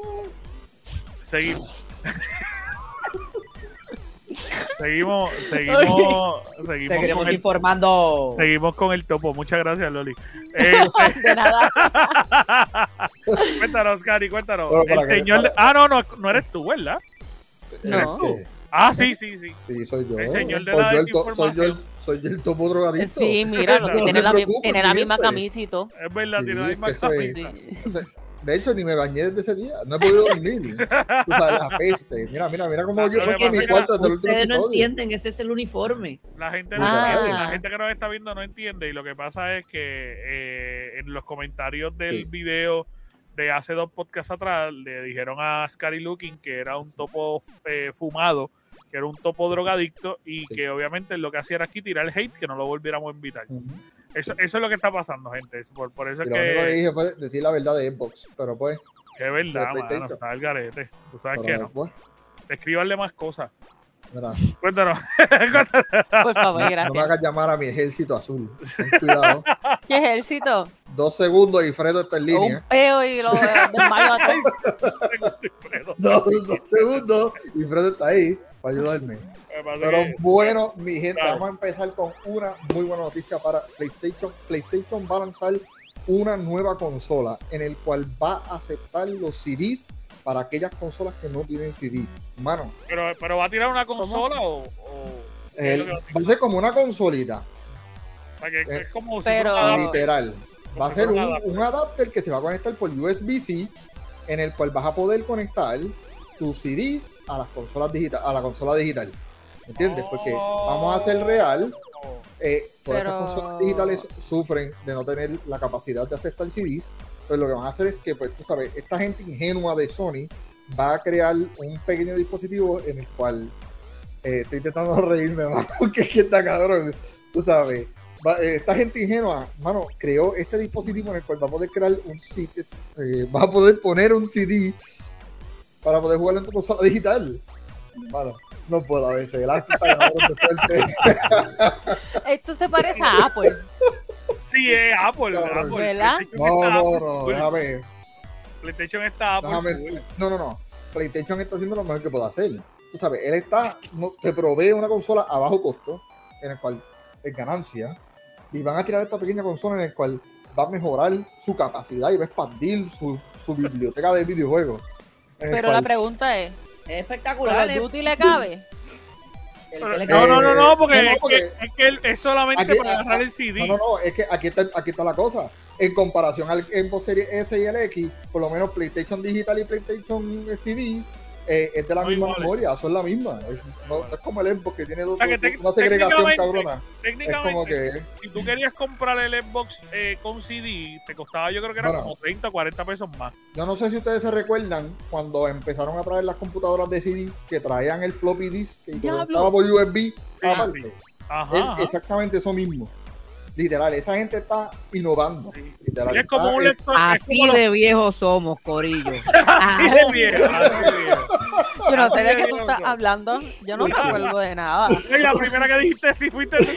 Speaker 2: [laughs]
Speaker 1: Seguimos. [laughs] seguimos, seguimos, seguimos con,
Speaker 4: Seguiremos
Speaker 1: el,
Speaker 4: informando.
Speaker 1: seguimos con el topo. Muchas gracias, Loli. Este,
Speaker 2: De nada.
Speaker 1: cuéntanos, Cari, cuéntanos.
Speaker 3: Bueno, para
Speaker 1: el
Speaker 3: que-
Speaker 1: señor.
Speaker 3: para-
Speaker 1: Ah, no, no, no eres tú, ¿verdad?
Speaker 2: No.
Speaker 3: Este,
Speaker 1: Ah, sí, sí, sí.
Speaker 3: Sí, soy yo.
Speaker 1: El señor de
Speaker 3: soy,
Speaker 1: la
Speaker 3: yo el to- soy yo el-
Speaker 1: desinformación.
Speaker 3: soy yo el topo drogadicto.
Speaker 2: Sí, mira, lo-
Speaker 1: No
Speaker 2: tiene
Speaker 3: se
Speaker 2: la mi-
Speaker 3: preocupe,
Speaker 2: tiene la misma
Speaker 3: cliente.
Speaker 2: camisa y todo. Pues
Speaker 1: Es verdad,
Speaker 3: Sí,
Speaker 1: tiene la
Speaker 3: es
Speaker 1: misma
Speaker 3: que eso es-
Speaker 1: camisa.
Speaker 2: Sí. [laughs]
Speaker 3: O sea, De hecho, ni me bañé desde ese día. No he podido
Speaker 1: [laughs]
Speaker 3: dormir. Tú sabes, la peste. Mira, mira, mira cómo
Speaker 1: Ah,
Speaker 3: yo
Speaker 1: lo
Speaker 3: pongo
Speaker 1: que
Speaker 3: mi
Speaker 1: pasa-
Speaker 3: cuarto desde el último
Speaker 4: Ustedes no
Speaker 3: episodio.
Speaker 4: entienden, ese es el uniforme.
Speaker 1: La gente, no
Speaker 2: Ah.
Speaker 1: entiende, la gente que nos está viendo no entiende. Y lo que pasa es que eh, en los comentarios del
Speaker 3: Sí.
Speaker 1: video de hace dos podcasts atrás le dijeron a Scary Looking que era un topo eh, fumado, que era un topo drogadicto y
Speaker 3: Sí.
Speaker 1: que obviamente lo que hacía era aquí tirar hate que no lo volviéramos a invitar.
Speaker 3: Ujú.
Speaker 1: Eso, eso es lo que está pasando, gente. Eso- Por, por eso
Speaker 3: Mm.
Speaker 1: es
Speaker 3: Y lo único que
Speaker 1: que,
Speaker 3: dije fue decir la verdad de Xbox. Pero pues,
Speaker 1: que es verdad,
Speaker 3: de
Speaker 1: mano,
Speaker 3: PlayStation.
Speaker 1: está el garete. Tú sabes
Speaker 3: pero
Speaker 1: Ah, que no.
Speaker 3: pues,
Speaker 1: Escríbanle más cosas.
Speaker 3: mira,
Speaker 1: Cuéntanos.
Speaker 2: Por favor,
Speaker 3: no me
Speaker 2: gracias.
Speaker 3: hagas llamar a mi ejército azul. Ten cuidado.
Speaker 2: ¿Qué ejército?
Speaker 3: Dos segundos y Fredo está en
Speaker 1: [laughs]
Speaker 2: Un
Speaker 3: línea.
Speaker 2: peo y
Speaker 3: [laughs]
Speaker 2: lo desmayo a todos.
Speaker 3: Dos, dos segundos y Fredo está ahí para ayudarme.
Speaker 1: Me parece
Speaker 3: Pero eh,
Speaker 1: que-
Speaker 3: bueno, mi gente,
Speaker 1: Claro.
Speaker 3: vamos a empezar con una muy buena noticia para PlayStation. PlayStation va a lanzar una nueva consola en el cual va a aceptar los CDs para aquellas consolas que no tienen CD. Mano,
Speaker 1: Pero, pero va a tirar una consola o, o-
Speaker 3: el-
Speaker 1: lo que va a
Speaker 3: eh, va a ser como una consolita,
Speaker 1: o sea, que
Speaker 3: Eh,
Speaker 1: es como si
Speaker 2: pero-
Speaker 1: fuera una-
Speaker 3: literal. Va a
Speaker 1: Ah, como
Speaker 3: ser
Speaker 1: si
Speaker 3: un,
Speaker 1: fuera una-
Speaker 3: un adapter que se va a conectar por USB-C, en el cual vas a poder conectar tus CDs a las consolas digital, a la consola digital. ¿Entiendes? Porque vamos a hacer real eh, todas
Speaker 2: Pero-
Speaker 3: estas consolas digitales sufren de no tener la capacidad de aceptar CDs. Entonces lo que van a hacer es que, pues tú sabes, esta gente ingenua de Sony va a crear un pequeño dispositivo en el cual eh, estoy intentando [laughs] reírme, mano, porque es que está cabrón, tú sabes. Va- eh, esta gente ingenua, mano, creó este dispositivo en el cual va a poder crear un CD, eh, va a poder poner un CD para poder jugar en tu consola digital. Mano, no puedo a veces, el arte está cabrón de fuerte.
Speaker 2: Esto se parece a Apple.
Speaker 1: Sí, es Apple,
Speaker 3: Cabrón.
Speaker 1: Apple.
Speaker 2: ¿Verdad?
Speaker 1: PlayStation
Speaker 3: [laughs] No,
Speaker 1: está
Speaker 3: no,
Speaker 1: Apple
Speaker 3: no,
Speaker 1: full.
Speaker 3: déjame.
Speaker 1: PlayStation está Apple.
Speaker 3: déjame-
Speaker 1: full.
Speaker 3: No, no, no. PlayStation está haciendo lo mejor que puede hacer. Tú sabes, él está, no- te provee una consola a bajo costo, en el cual es ganancia, y van a tirar esta pequeña consola en la cual va a mejorar su capacidad y va a expandir su, su biblioteca de videojuegos. En el
Speaker 2: Pero
Speaker 3: cual-
Speaker 2: la pregunta es,
Speaker 4: Es
Speaker 2: ¿Call
Speaker 4: espectacular.
Speaker 2: of
Speaker 4: eh.
Speaker 2: Duty le cabe?
Speaker 4: El que le
Speaker 1: No, no, no, no, porque,
Speaker 3: eh, no,
Speaker 1: es que-
Speaker 3: porque-
Speaker 1: es que, él- es solamente
Speaker 3: Aquí-
Speaker 1: para
Speaker 3: a-
Speaker 1: agarrar el
Speaker 3: No,
Speaker 1: CD.
Speaker 3: no, no, es que aquí está, aquí está la cosa. En comparación al Xbox Series S y el X, por lo menos PlayStation Digital y PlayStation CD eh, es de la
Speaker 1: Son
Speaker 3: misma
Speaker 1: iguales.
Speaker 3: memoria, son la misma. Es, no, no es como el Xbox que tiene dos,
Speaker 1: sea, que
Speaker 3: dos-
Speaker 1: tec-
Speaker 3: una segregación
Speaker 1: técnicamente-
Speaker 3: cabrona. Es como
Speaker 1: Técnicamente,
Speaker 3: que
Speaker 1: si tú querías comprar el Xbox eh, con CD, te costaba yo creo que era
Speaker 3: Bueno.
Speaker 1: como 30 o 40 pesos más.
Speaker 3: Yo no sé si ustedes se recuerdan cuando empezaron a traer las computadoras de CD que traían el floppy disk que
Speaker 2: Diablo.
Speaker 3: estaba por USB
Speaker 1: Ah,
Speaker 3: aparte.
Speaker 1: sí.
Speaker 3: Es
Speaker 1: Ajá. ajá.
Speaker 3: exactamente eso mismo. Literal, esa gente está innovando.
Speaker 1: Sí.
Speaker 3: Literal,
Speaker 1: Es como
Speaker 3: está- eh,
Speaker 1: un
Speaker 3: es-
Speaker 1: lector. es
Speaker 4: Así
Speaker 1: como los-
Speaker 4: de viejos somos, Corillo.
Speaker 1: [laughs] así de viejo, así de viejo.
Speaker 2: Yo no sé de qué
Speaker 1: Así
Speaker 2: tú
Speaker 1: es,
Speaker 2: estás
Speaker 1: loco.
Speaker 2: hablando, yo no me acuerdo de nada.
Speaker 1: Oye, la primera que dijiste sí fuiste tú.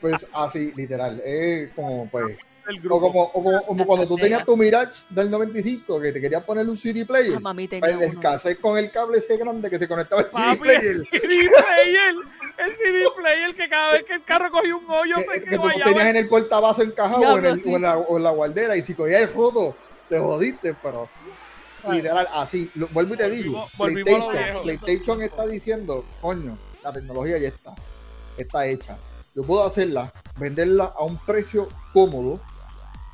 Speaker 3: pues así, literal. Es como, pues,
Speaker 1: el
Speaker 3: o
Speaker 1: grupo.
Speaker 3: como, o como- como cuando tú tenías tu Mirage del 95 que te querías poner un CD player.
Speaker 2: Ah, mami tenía
Speaker 3: Pues el
Speaker 2: uno.
Speaker 3: cassette con el cable ese grande que se conectaba al CD
Speaker 1: Papi,
Speaker 3: player.
Speaker 1: el CD player, el CD player que cada vez que el carro cogía un hoyo pues,
Speaker 3: que,
Speaker 1: se
Speaker 3: que tú
Speaker 1: quedaba
Speaker 3: lo tenías en el portabazo encajado o, en
Speaker 2: Diablo,
Speaker 3: el-
Speaker 2: sí.
Speaker 3: o en la, o en la guardera y si cogías el foto te jodiste pero literal así lo- vuelvo y te digo
Speaker 1: Volvimos- volvimos a lo viejo.
Speaker 3: PlayStation, PlayStation está diciendo coño la tecnología ya está está hecha yo puedo hacerla venderla a un precio cómodo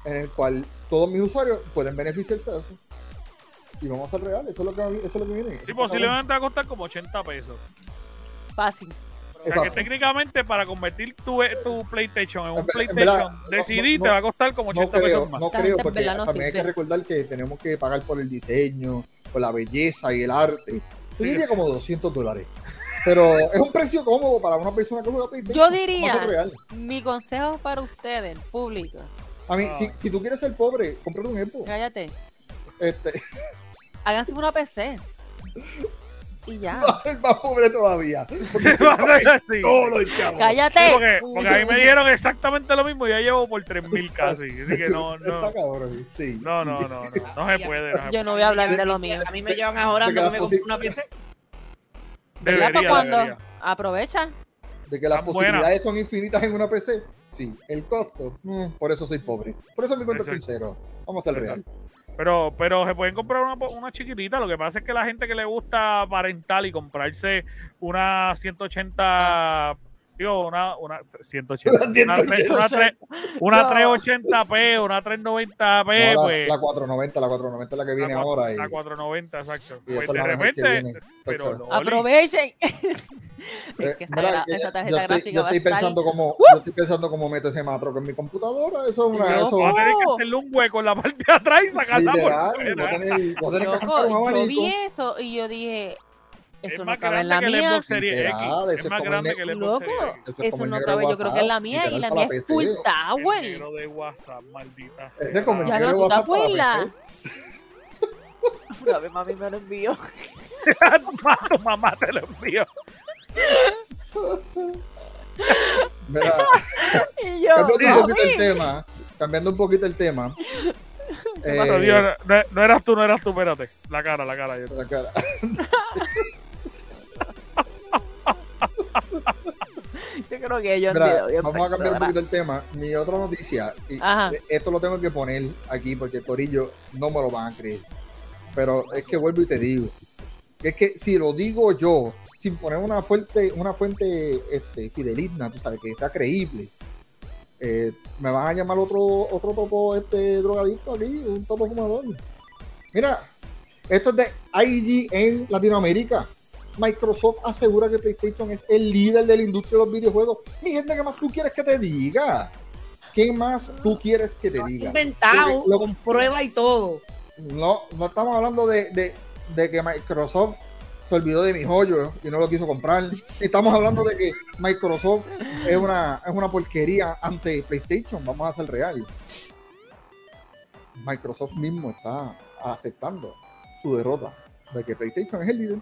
Speaker 3: en el cual todos mis usuarios pueden beneficiarse de eso y vamos a ser reales eso es lo que, eso es lo que viene Eso
Speaker 1: Sí,
Speaker 3: está
Speaker 1: posiblemente va a costar como 80 pesos.
Speaker 2: Fácil.
Speaker 3: cabrón.
Speaker 1: O sea que
Speaker 3: Exacto.
Speaker 1: técnicamente para convertir tu, tu PlayStation en un
Speaker 3: En ver-
Speaker 1: PlayStation
Speaker 3: en verdad,
Speaker 1: de
Speaker 3: no-
Speaker 1: CD
Speaker 3: no-
Speaker 1: te va a costar como
Speaker 3: no
Speaker 1: 80
Speaker 3: creo,
Speaker 1: pesos más.
Speaker 3: no
Speaker 2: Esta
Speaker 3: creo,
Speaker 2: gente en
Speaker 3: porque
Speaker 2: verdad no
Speaker 3: también
Speaker 1: ¿eh?
Speaker 3: hay que
Speaker 2: sirve.
Speaker 3: recordar que tenemos que pagar por el diseño, por la belleza y el arte. Yo diría
Speaker 1: sí.
Speaker 3: como 200 dólares. Pero es un precio cómodo para una persona que juega PlayStation.
Speaker 2: Yo
Speaker 3: Vamos a ser
Speaker 2: diría,
Speaker 3: real.
Speaker 2: mi consejo para ustedes, público,
Speaker 3: A mí,
Speaker 1: Ah.
Speaker 3: si, si tú quieres ser pobre, cómprate un Xbox.
Speaker 2: cállate,
Speaker 3: Este, [laughs]
Speaker 2: háganse una PC. Y ya.
Speaker 3: va a ser más pobre todavía.
Speaker 1: [laughs]
Speaker 3: Porque
Speaker 1: Va a ser así.
Speaker 3: todo lo echamos.
Speaker 2: Cállate.
Speaker 1: Porque, porque a mí me dijeron exactamente lo mismo y ya llevo por 3.000 casi. Así que no,
Speaker 3: Está
Speaker 1: no.
Speaker 3: cabrón, sí.
Speaker 1: No, no, no, no, no se puede. No se puede.
Speaker 2: Yo no voy a hablar de lo mío.
Speaker 4: A mí me llevan ahorrando que me compré una PC.
Speaker 2: ¿Ya para
Speaker 1: Debería,
Speaker 2: cuándo?
Speaker 1: debería.
Speaker 2: Aprovecha.
Speaker 3: De que las
Speaker 1: Tan
Speaker 3: posibilidades son infinitas en una PC. Sí, el costo. mm, por eso soy pobre. Por eso mi cuenta es
Speaker 1: Exacto.
Speaker 3: sincero. Vamos a ser real.
Speaker 1: Pero, pero se pueden comprar una, po- una chiquitita. Lo que pasa es que la gente que le gusta parental y comprarse una 180, digo, una, una 180, una, tre- una, tre- una
Speaker 2: No.
Speaker 1: 380p, una 390p,
Speaker 3: No, la,
Speaker 1: pues.
Speaker 3: la 490, la 490 es la que viene
Speaker 1: la
Speaker 3: ahora. Y,
Speaker 1: La 490, exacto.
Speaker 3: y
Speaker 1: Pues
Speaker 3: esa es
Speaker 1: de
Speaker 3: la mejor que
Speaker 1: repente.
Speaker 3: viene.
Speaker 1: Pero
Speaker 3: Exacto.
Speaker 1: Loli,
Speaker 2: Aprovechen. [laughs]
Speaker 3: Pero,
Speaker 2: Es que esa,
Speaker 3: mira,
Speaker 2: gra-
Speaker 3: Eh, que
Speaker 2: esa
Speaker 3: yo
Speaker 2: tarjeta
Speaker 3: estoy,
Speaker 2: gráfica
Speaker 3: yo
Speaker 2: va a
Speaker 3: estoy
Speaker 2: estar- ¡Uh!
Speaker 3: pensando cómo, yo estoy pensando cómo meto ese matroque en mi computadora. Eso es una.
Speaker 2: Loco.
Speaker 3: Eso,
Speaker 1: Vas a tener que hacerle un hueco en la parte de atrás y sacarla por
Speaker 3: literal, voy a
Speaker 1: fuera.
Speaker 3: tener, voy a tener que
Speaker 2: Loco,
Speaker 3: comprar un
Speaker 2: yo
Speaker 3: abanico.
Speaker 2: vi eso y yo dije, eso no
Speaker 1: más
Speaker 2: cabe
Speaker 1: grande
Speaker 2: en la
Speaker 1: que el
Speaker 2: mía.
Speaker 1: Xbox Series X.
Speaker 3: Literal,
Speaker 1: Es
Speaker 3: ese
Speaker 1: más
Speaker 3: es como
Speaker 1: grande
Speaker 3: el
Speaker 1: que el Xbox
Speaker 2: Loco,
Speaker 1: Series X.
Speaker 3: Eso es pues,
Speaker 2: eso
Speaker 3: como el
Speaker 2: no
Speaker 3: negro
Speaker 2: cabe. Yo
Speaker 3: de
Speaker 2: creo que en la
Speaker 3: WhatsApp,
Speaker 2: mía y
Speaker 3: literal,
Speaker 2: la
Speaker 3: para
Speaker 2: mía
Speaker 3: la
Speaker 2: es
Speaker 3: PC.
Speaker 2: full
Speaker 1: El
Speaker 2: tower.
Speaker 1: negro de WhatsApp, maldita.
Speaker 3: Ese es
Speaker 1: sea.
Speaker 3: como el
Speaker 2: Ya
Speaker 3: negro
Speaker 2: no,
Speaker 3: de
Speaker 2: tú te
Speaker 3: WhatsApp para la
Speaker 2: acuerdas. [laughs] Una vez mami me lo envió.
Speaker 1: tu mamá te lo envió.
Speaker 2: [laughs]
Speaker 3: Mira,
Speaker 2: [laughs]
Speaker 3: [laughs]
Speaker 2: Y yo,
Speaker 3: cambiando un poquito el
Speaker 2: mami,
Speaker 3: tema. Cambiando un poquito
Speaker 1: [laughs]
Speaker 3: el tema.
Speaker 1: Pero,
Speaker 3: eh,
Speaker 1: tío, no, no- no eras tú, no eras tú, espérate. La cara, la cara. yo-
Speaker 3: la cara.
Speaker 2: yo creo que yo
Speaker 3: Mira,
Speaker 2: envié bien
Speaker 3: vamos a cambiar un Eh,
Speaker 2: persona.
Speaker 3: poquito el tema. Mi otra noticia, y
Speaker 2: Ajá.
Speaker 3: esto lo tengo que poner aquí porque Corillo no me lo van a creer. Pero es que vuelvo y te digo. Es que si lo digo yo, sin poner una fuente, una fuente este, fideligna, tú sabes, que sea creíble, eh, me van a llamar otro, otro topo este drogadicto aquí, un topo fumador. Mira, esto es de IG en Latinoamérica. Microsoft asegura que PlayStation es el líder de la industria de los videojuegos. Mi gente, ¿qué más tú quieres que te diga? ¿Qué más tú quieres que te
Speaker 4: Lo han
Speaker 3: diga?
Speaker 4: inventado,
Speaker 3: Lo-
Speaker 4: con prueba y todo.
Speaker 3: No, no estamos hablando de, de- de que Microsoft se olvidó de mi joyo y no lo quiso comprar. Estamos hablando de que Microsoft es una, es una porquería ante PlayStation. Vamos a ser real. Microsoft mismo está aceptando su derrota de que PlayStation es el líder.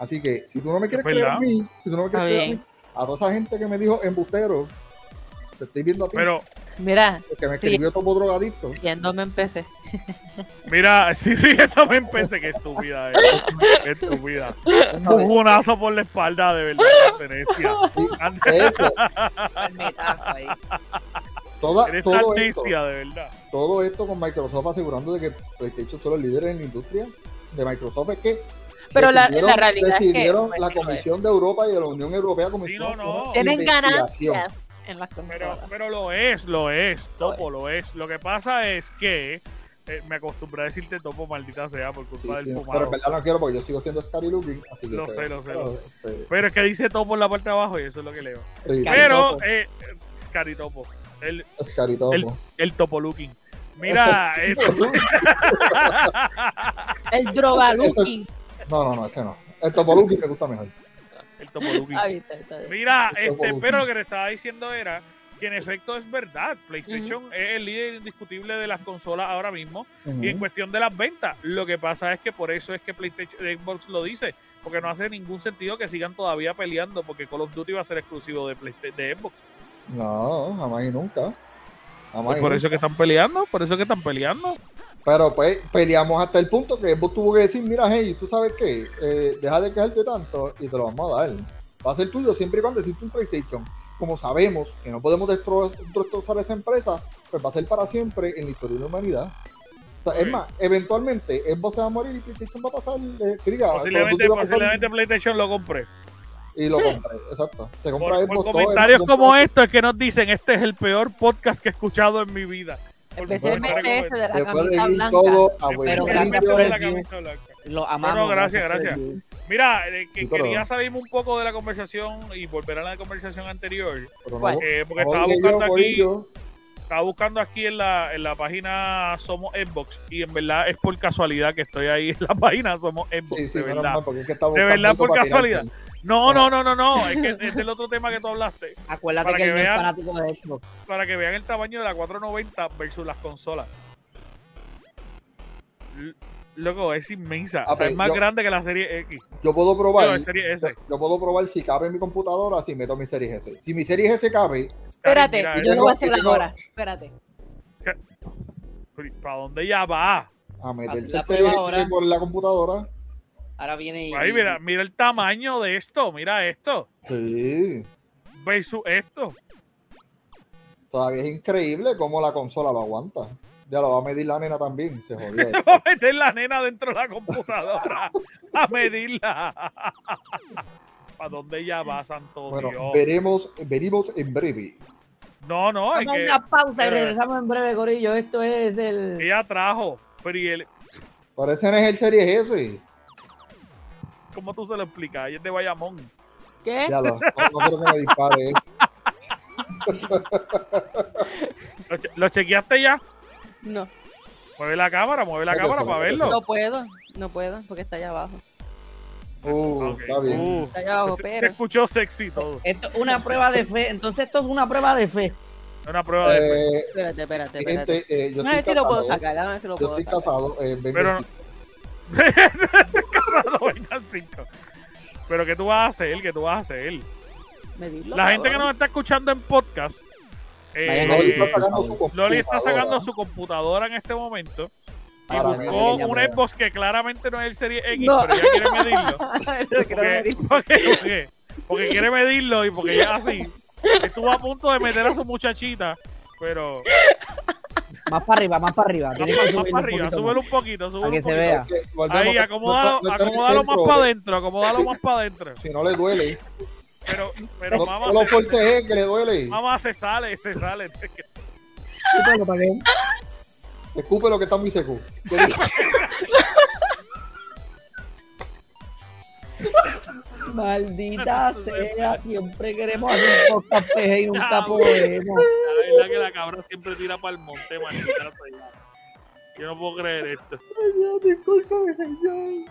Speaker 3: Así que si tú no me quieres
Speaker 1: Es
Speaker 3: creer
Speaker 1: verdad.
Speaker 3: a mí, si tú no me
Speaker 2: Está
Speaker 3: quieres creer a
Speaker 2: bien.
Speaker 3: mí, a toda esa gente que me dijo embustero, Te estoy viendo a ti.
Speaker 1: Pero,
Speaker 2: Mira,
Speaker 3: el que me escribió topo drogadicto.
Speaker 2: yéndome empecé.
Speaker 1: mira, si [laughs] riéndome empecé, qué estúpida es. Qué estúpida. Un bujonazo por la espalda, de verdad, Tenecia.
Speaker 3: Sí, de hecho,
Speaker 4: Palmetazo ahí.
Speaker 3: toda,
Speaker 1: Eres
Speaker 3: todo esto,
Speaker 1: artistia, de verdad.
Speaker 3: todo esto con Microsoft asegurando de que PlayStation son los líderes en la industria de Microsoft es que
Speaker 2: Pero la-
Speaker 3: decidieron-
Speaker 2: la realidad es que-
Speaker 3: decidieron la
Speaker 2: bueno,
Speaker 3: Comisión de Europa y de la Unión Europea comisión
Speaker 1: no, no.
Speaker 2: Tienen ganancias en las
Speaker 1: Pero,
Speaker 2: consolas.
Speaker 1: pero lo es, lo es, Topo, lo es. Lo que pasa es que eh, me acostumbré a decirte Topo, maldita sea, por
Speaker 3: Sí,
Speaker 1: culpa
Speaker 3: sí,
Speaker 1: del
Speaker 3: no,
Speaker 1: fumado.
Speaker 3: pero en verdad no quiero porque yo sigo siendo Scary Looking, así que
Speaker 1: Lo
Speaker 3: pero-
Speaker 1: sé, lo sé, lo
Speaker 3: pero, este,
Speaker 1: Pero es que dice Topo en la parte de abajo y eso es lo que leo.
Speaker 3: sí,
Speaker 4: Scary
Speaker 1: Pero,
Speaker 4: Topo.
Speaker 1: eh, Scary Topo, el,
Speaker 3: Scary Topo.
Speaker 1: el- el Topo Looking.
Speaker 3: [laughs]
Speaker 1: Mira, este-
Speaker 2: El
Speaker 3: [laughs]
Speaker 2: drogaluki.
Speaker 3: No, no, no, ese no. El Topo Looking me gusta mejor.
Speaker 1: el Topo Looking.
Speaker 2: Ahí está, está bien.
Speaker 1: Mira,
Speaker 3: Topo
Speaker 1: este,
Speaker 3: Looking.
Speaker 1: pero lo que te estaba diciendo era que en efecto es verdad, PlayStation es el líder indiscutible de las consolas ahora mismo.
Speaker 3: Ujú.
Speaker 1: Y en cuestión de las ventas, lo que pasa es que por eso es que PlayStation Xbox lo dice, porque no hace ningún sentido que sigan todavía peleando, porque Call of Duty va a ser exclusivo de, Playsta- de Xbox.
Speaker 3: No, jamás y nunca. Jamás
Speaker 1: Pues
Speaker 3: y
Speaker 1: por
Speaker 3: nunca.
Speaker 1: eso que están peleando, por eso que están peleando.
Speaker 3: Pero pues peleamos hasta el punto que Xbox tuvo que decir, mira, hey, tú sabes qué, Eh, deja de quejarte tanto y te lo vamos a dar. Va a ser tuyo siempre y cuando existe un PlayStation. Como sabemos que no podemos destro- destrozar esa empresa, pues va a ser para siempre en la historia de la humanidad. O sea, es
Speaker 1: Sí.
Speaker 3: más, eventualmente Xbox se va a morir y PlayStation va a pasar, eh, que diga, Call of Duty
Speaker 1: Posiblemente,
Speaker 3: va a pasar
Speaker 1: posiblemente PlayStation lo compré.
Speaker 3: y lo compré, exacto. Se compra
Speaker 1: Por, por
Speaker 3: Xbox todo,
Speaker 1: comentarios
Speaker 3: Xbox
Speaker 1: como
Speaker 3: todo.
Speaker 1: estos es que nos dicen, este es el peor podcast que he escuchado en mi vida. Por
Speaker 2: Especialmente ese
Speaker 1: comentarios
Speaker 2: de la
Speaker 3: Después de
Speaker 2: camisa
Speaker 3: ir
Speaker 2: blanca.
Speaker 3: todo
Speaker 1: como
Speaker 3: a
Speaker 1: este.
Speaker 4: Pero
Speaker 3: buen
Speaker 4: gracias
Speaker 1: Especialmente
Speaker 4: por
Speaker 1: de
Speaker 4: el
Speaker 1: la
Speaker 4: view.
Speaker 1: camisa blanca.
Speaker 4: Lo amamos.
Speaker 1: No, no, gracias,
Speaker 4: por el
Speaker 1: gracias.
Speaker 4: view.
Speaker 1: Mira, eh, que
Speaker 3: Sí, pero-
Speaker 1: quería salirme un poco de la conversación y volver a la conversación anterior.
Speaker 3: Pero no-
Speaker 2: ¿Cuál?
Speaker 1: eh, porque
Speaker 3: no
Speaker 1: estaba
Speaker 3: dije yo,
Speaker 1: buscando aquí.
Speaker 3: Corillo.
Speaker 1: estaba buscando aquí en la, en la página Somos Xbox y en verdad es por casualidad que estoy ahí [laughs] en la página Somos Xbox,
Speaker 3: Sí, sí,
Speaker 1: de
Speaker 3: menos
Speaker 1: verdad.
Speaker 3: mal, porque es que estaba
Speaker 1: De
Speaker 3: buscando
Speaker 1: verdad,
Speaker 3: algo
Speaker 1: por
Speaker 3: para tirarte.
Speaker 1: casualidad. No, no, no, no, no, es que este es el otro tema que tú hablaste,
Speaker 4: Acuérdate
Speaker 1: Para
Speaker 4: que,
Speaker 1: que
Speaker 4: él no es
Speaker 1: vean.
Speaker 4: fanático de Xbox.
Speaker 1: para que vean el tamaño de la 490 versus las consolas. L- Loco, es inmensa, o sea,
Speaker 3: Ah, pues,
Speaker 1: es más
Speaker 3: yo-
Speaker 1: grande que la serie X,
Speaker 3: Yo puedo
Speaker 1: pero
Speaker 3: probar.
Speaker 1: la serie S.
Speaker 3: Yo puedo probar si cabe en mi computadora, si meto mi serie S. Si mi serie S cabe,
Speaker 2: Espérate,
Speaker 1: Mira,
Speaker 2: yo
Speaker 1: eh,
Speaker 2: lo voy a hacer
Speaker 3: Yo tengo-
Speaker 2: ahora. Espérate.
Speaker 1: ¿Para dónde ya va?
Speaker 3: a
Speaker 4: Haz
Speaker 3: meterse
Speaker 4: la
Speaker 3: el serie
Speaker 4: prueba
Speaker 3: S
Speaker 4: ahora.
Speaker 3: por la computadora.
Speaker 4: Ahora viene y.
Speaker 1: Ahí, mira, mira el tamaño de esto, mira esto,
Speaker 3: Sí.
Speaker 1: versus esto. [laughs]
Speaker 3: Todavía es increíble cómo la consola lo aguanta. Ya lo va a medir la nena también,
Speaker 1: [laughs]
Speaker 3: se jodía. esto.
Speaker 1: va a meter la nena dentro de la computadora [laughs] a medirla. [laughs] ¿Para dónde ella va, santo
Speaker 3: Bueno,
Speaker 1: Dios?
Speaker 3: veremos, veremos en breve.
Speaker 1: No, no, es
Speaker 4: Vamos a
Speaker 1: que eh,
Speaker 4: una pausa y
Speaker 1: Mira.
Speaker 4: regresamos en breve, Corillo. Esto es el.
Speaker 1: ella trajo. Pero y él,
Speaker 3: Pero ese no es el serie S.
Speaker 1: ¿cómo tú se lo explicas? Ella es de Bayamón.
Speaker 2: ¿Qué?
Speaker 3: Ya lo, no, no quiero que me
Speaker 1: [laughs]
Speaker 3: dispare. eh.
Speaker 1: ¿Lo, che- lo chequeaste ya?
Speaker 2: No,
Speaker 1: Mueve la cámara, mueve la
Speaker 3: Eso,
Speaker 1: cámara
Speaker 3: eso,
Speaker 1: para verlo.
Speaker 2: no puedo. No puedo porque está allá abajo.
Speaker 3: Uh,
Speaker 1: Ok,
Speaker 3: está bien.
Speaker 1: uh,
Speaker 2: Está allá abajo,
Speaker 1: se, se
Speaker 2: pero.
Speaker 1: escuchó sexy todo.
Speaker 4: Esto es una prueba de fe. Entonces, esto es una prueba de fe.
Speaker 1: Una prueba de. fe.
Speaker 3: Eh,
Speaker 2: Espérate, espérate, espérate.
Speaker 3: gente, eh, yo
Speaker 2: Vamos a ver si
Speaker 3: estoy
Speaker 2: lo puedo
Speaker 3: casado.
Speaker 2: sacar. Vamos a ver si lo
Speaker 3: Yo
Speaker 2: puedo
Speaker 3: estoy
Speaker 2: sacar.
Speaker 3: casado. eh, ven,
Speaker 1: Pero
Speaker 3: ven,
Speaker 1: [laughs] Casado, vengan cinco. Pero ¿qué tú vas a hacer? ¿Qué tú vas a hacer?
Speaker 2: Medirlo.
Speaker 1: La gente que
Speaker 2: [laughs] cabrón.
Speaker 1: nos está escuchando en podcast. eh,
Speaker 4: Vayan a
Speaker 3: Loli está
Speaker 4: Eh,
Speaker 3: sacando su
Speaker 1: Loli está
Speaker 3: computadora.
Speaker 1: sacando su computadora en este momento y
Speaker 3: Ahora,
Speaker 1: buscó
Speaker 4: mira,
Speaker 1: un
Speaker 3: mira.
Speaker 1: Xbox que claramente no es el Serie X,
Speaker 2: No.
Speaker 1: pero ella quiere medirlo.
Speaker 2: [laughs] Yo quiero
Speaker 1: Porque,
Speaker 2: medir.
Speaker 1: porque- porque- porque quiere medirlo y porque ella es así. Estuvo a punto de meter a su muchachita, pero
Speaker 4: Más para arriba, más para
Speaker 1: [laughs]
Speaker 4: arriba.
Speaker 1: más,
Speaker 4: Tienes que
Speaker 1: más
Speaker 4: subirlo
Speaker 1: para
Speaker 4: un
Speaker 1: arriba,
Speaker 4: poquito
Speaker 1: súbelo un poquito,
Speaker 4: más, para
Speaker 1: súbelo
Speaker 4: que
Speaker 1: un
Speaker 4: se
Speaker 1: poquito.
Speaker 4: vea.
Speaker 3: Que volvemos,
Speaker 1: Ahí,
Speaker 3: no está-
Speaker 1: acomódalo,
Speaker 3: no está en el
Speaker 1: acomódalo más
Speaker 3: centro,
Speaker 1: para adentro, acomódalo más para adentro.
Speaker 3: Si no le duele,
Speaker 1: Pero, pero
Speaker 3: no,
Speaker 1: mamá,
Speaker 3: no lo
Speaker 1: se,
Speaker 3: forceje que le duele.
Speaker 1: mamá se sale, se sale.
Speaker 4: Súbelo para que-
Speaker 3: Escupe lo que está muy seco.
Speaker 2: [laughs]
Speaker 1: [laughs]
Speaker 4: Maldita sea, siempre queremos hacer un podcast peje y nunca
Speaker 1: Chao.
Speaker 4: podemos.
Speaker 1: La verdad que la cabra siempre tira para el monte, maldita sea. Yo no puedo creer esto.
Speaker 3: Disculpame, señor.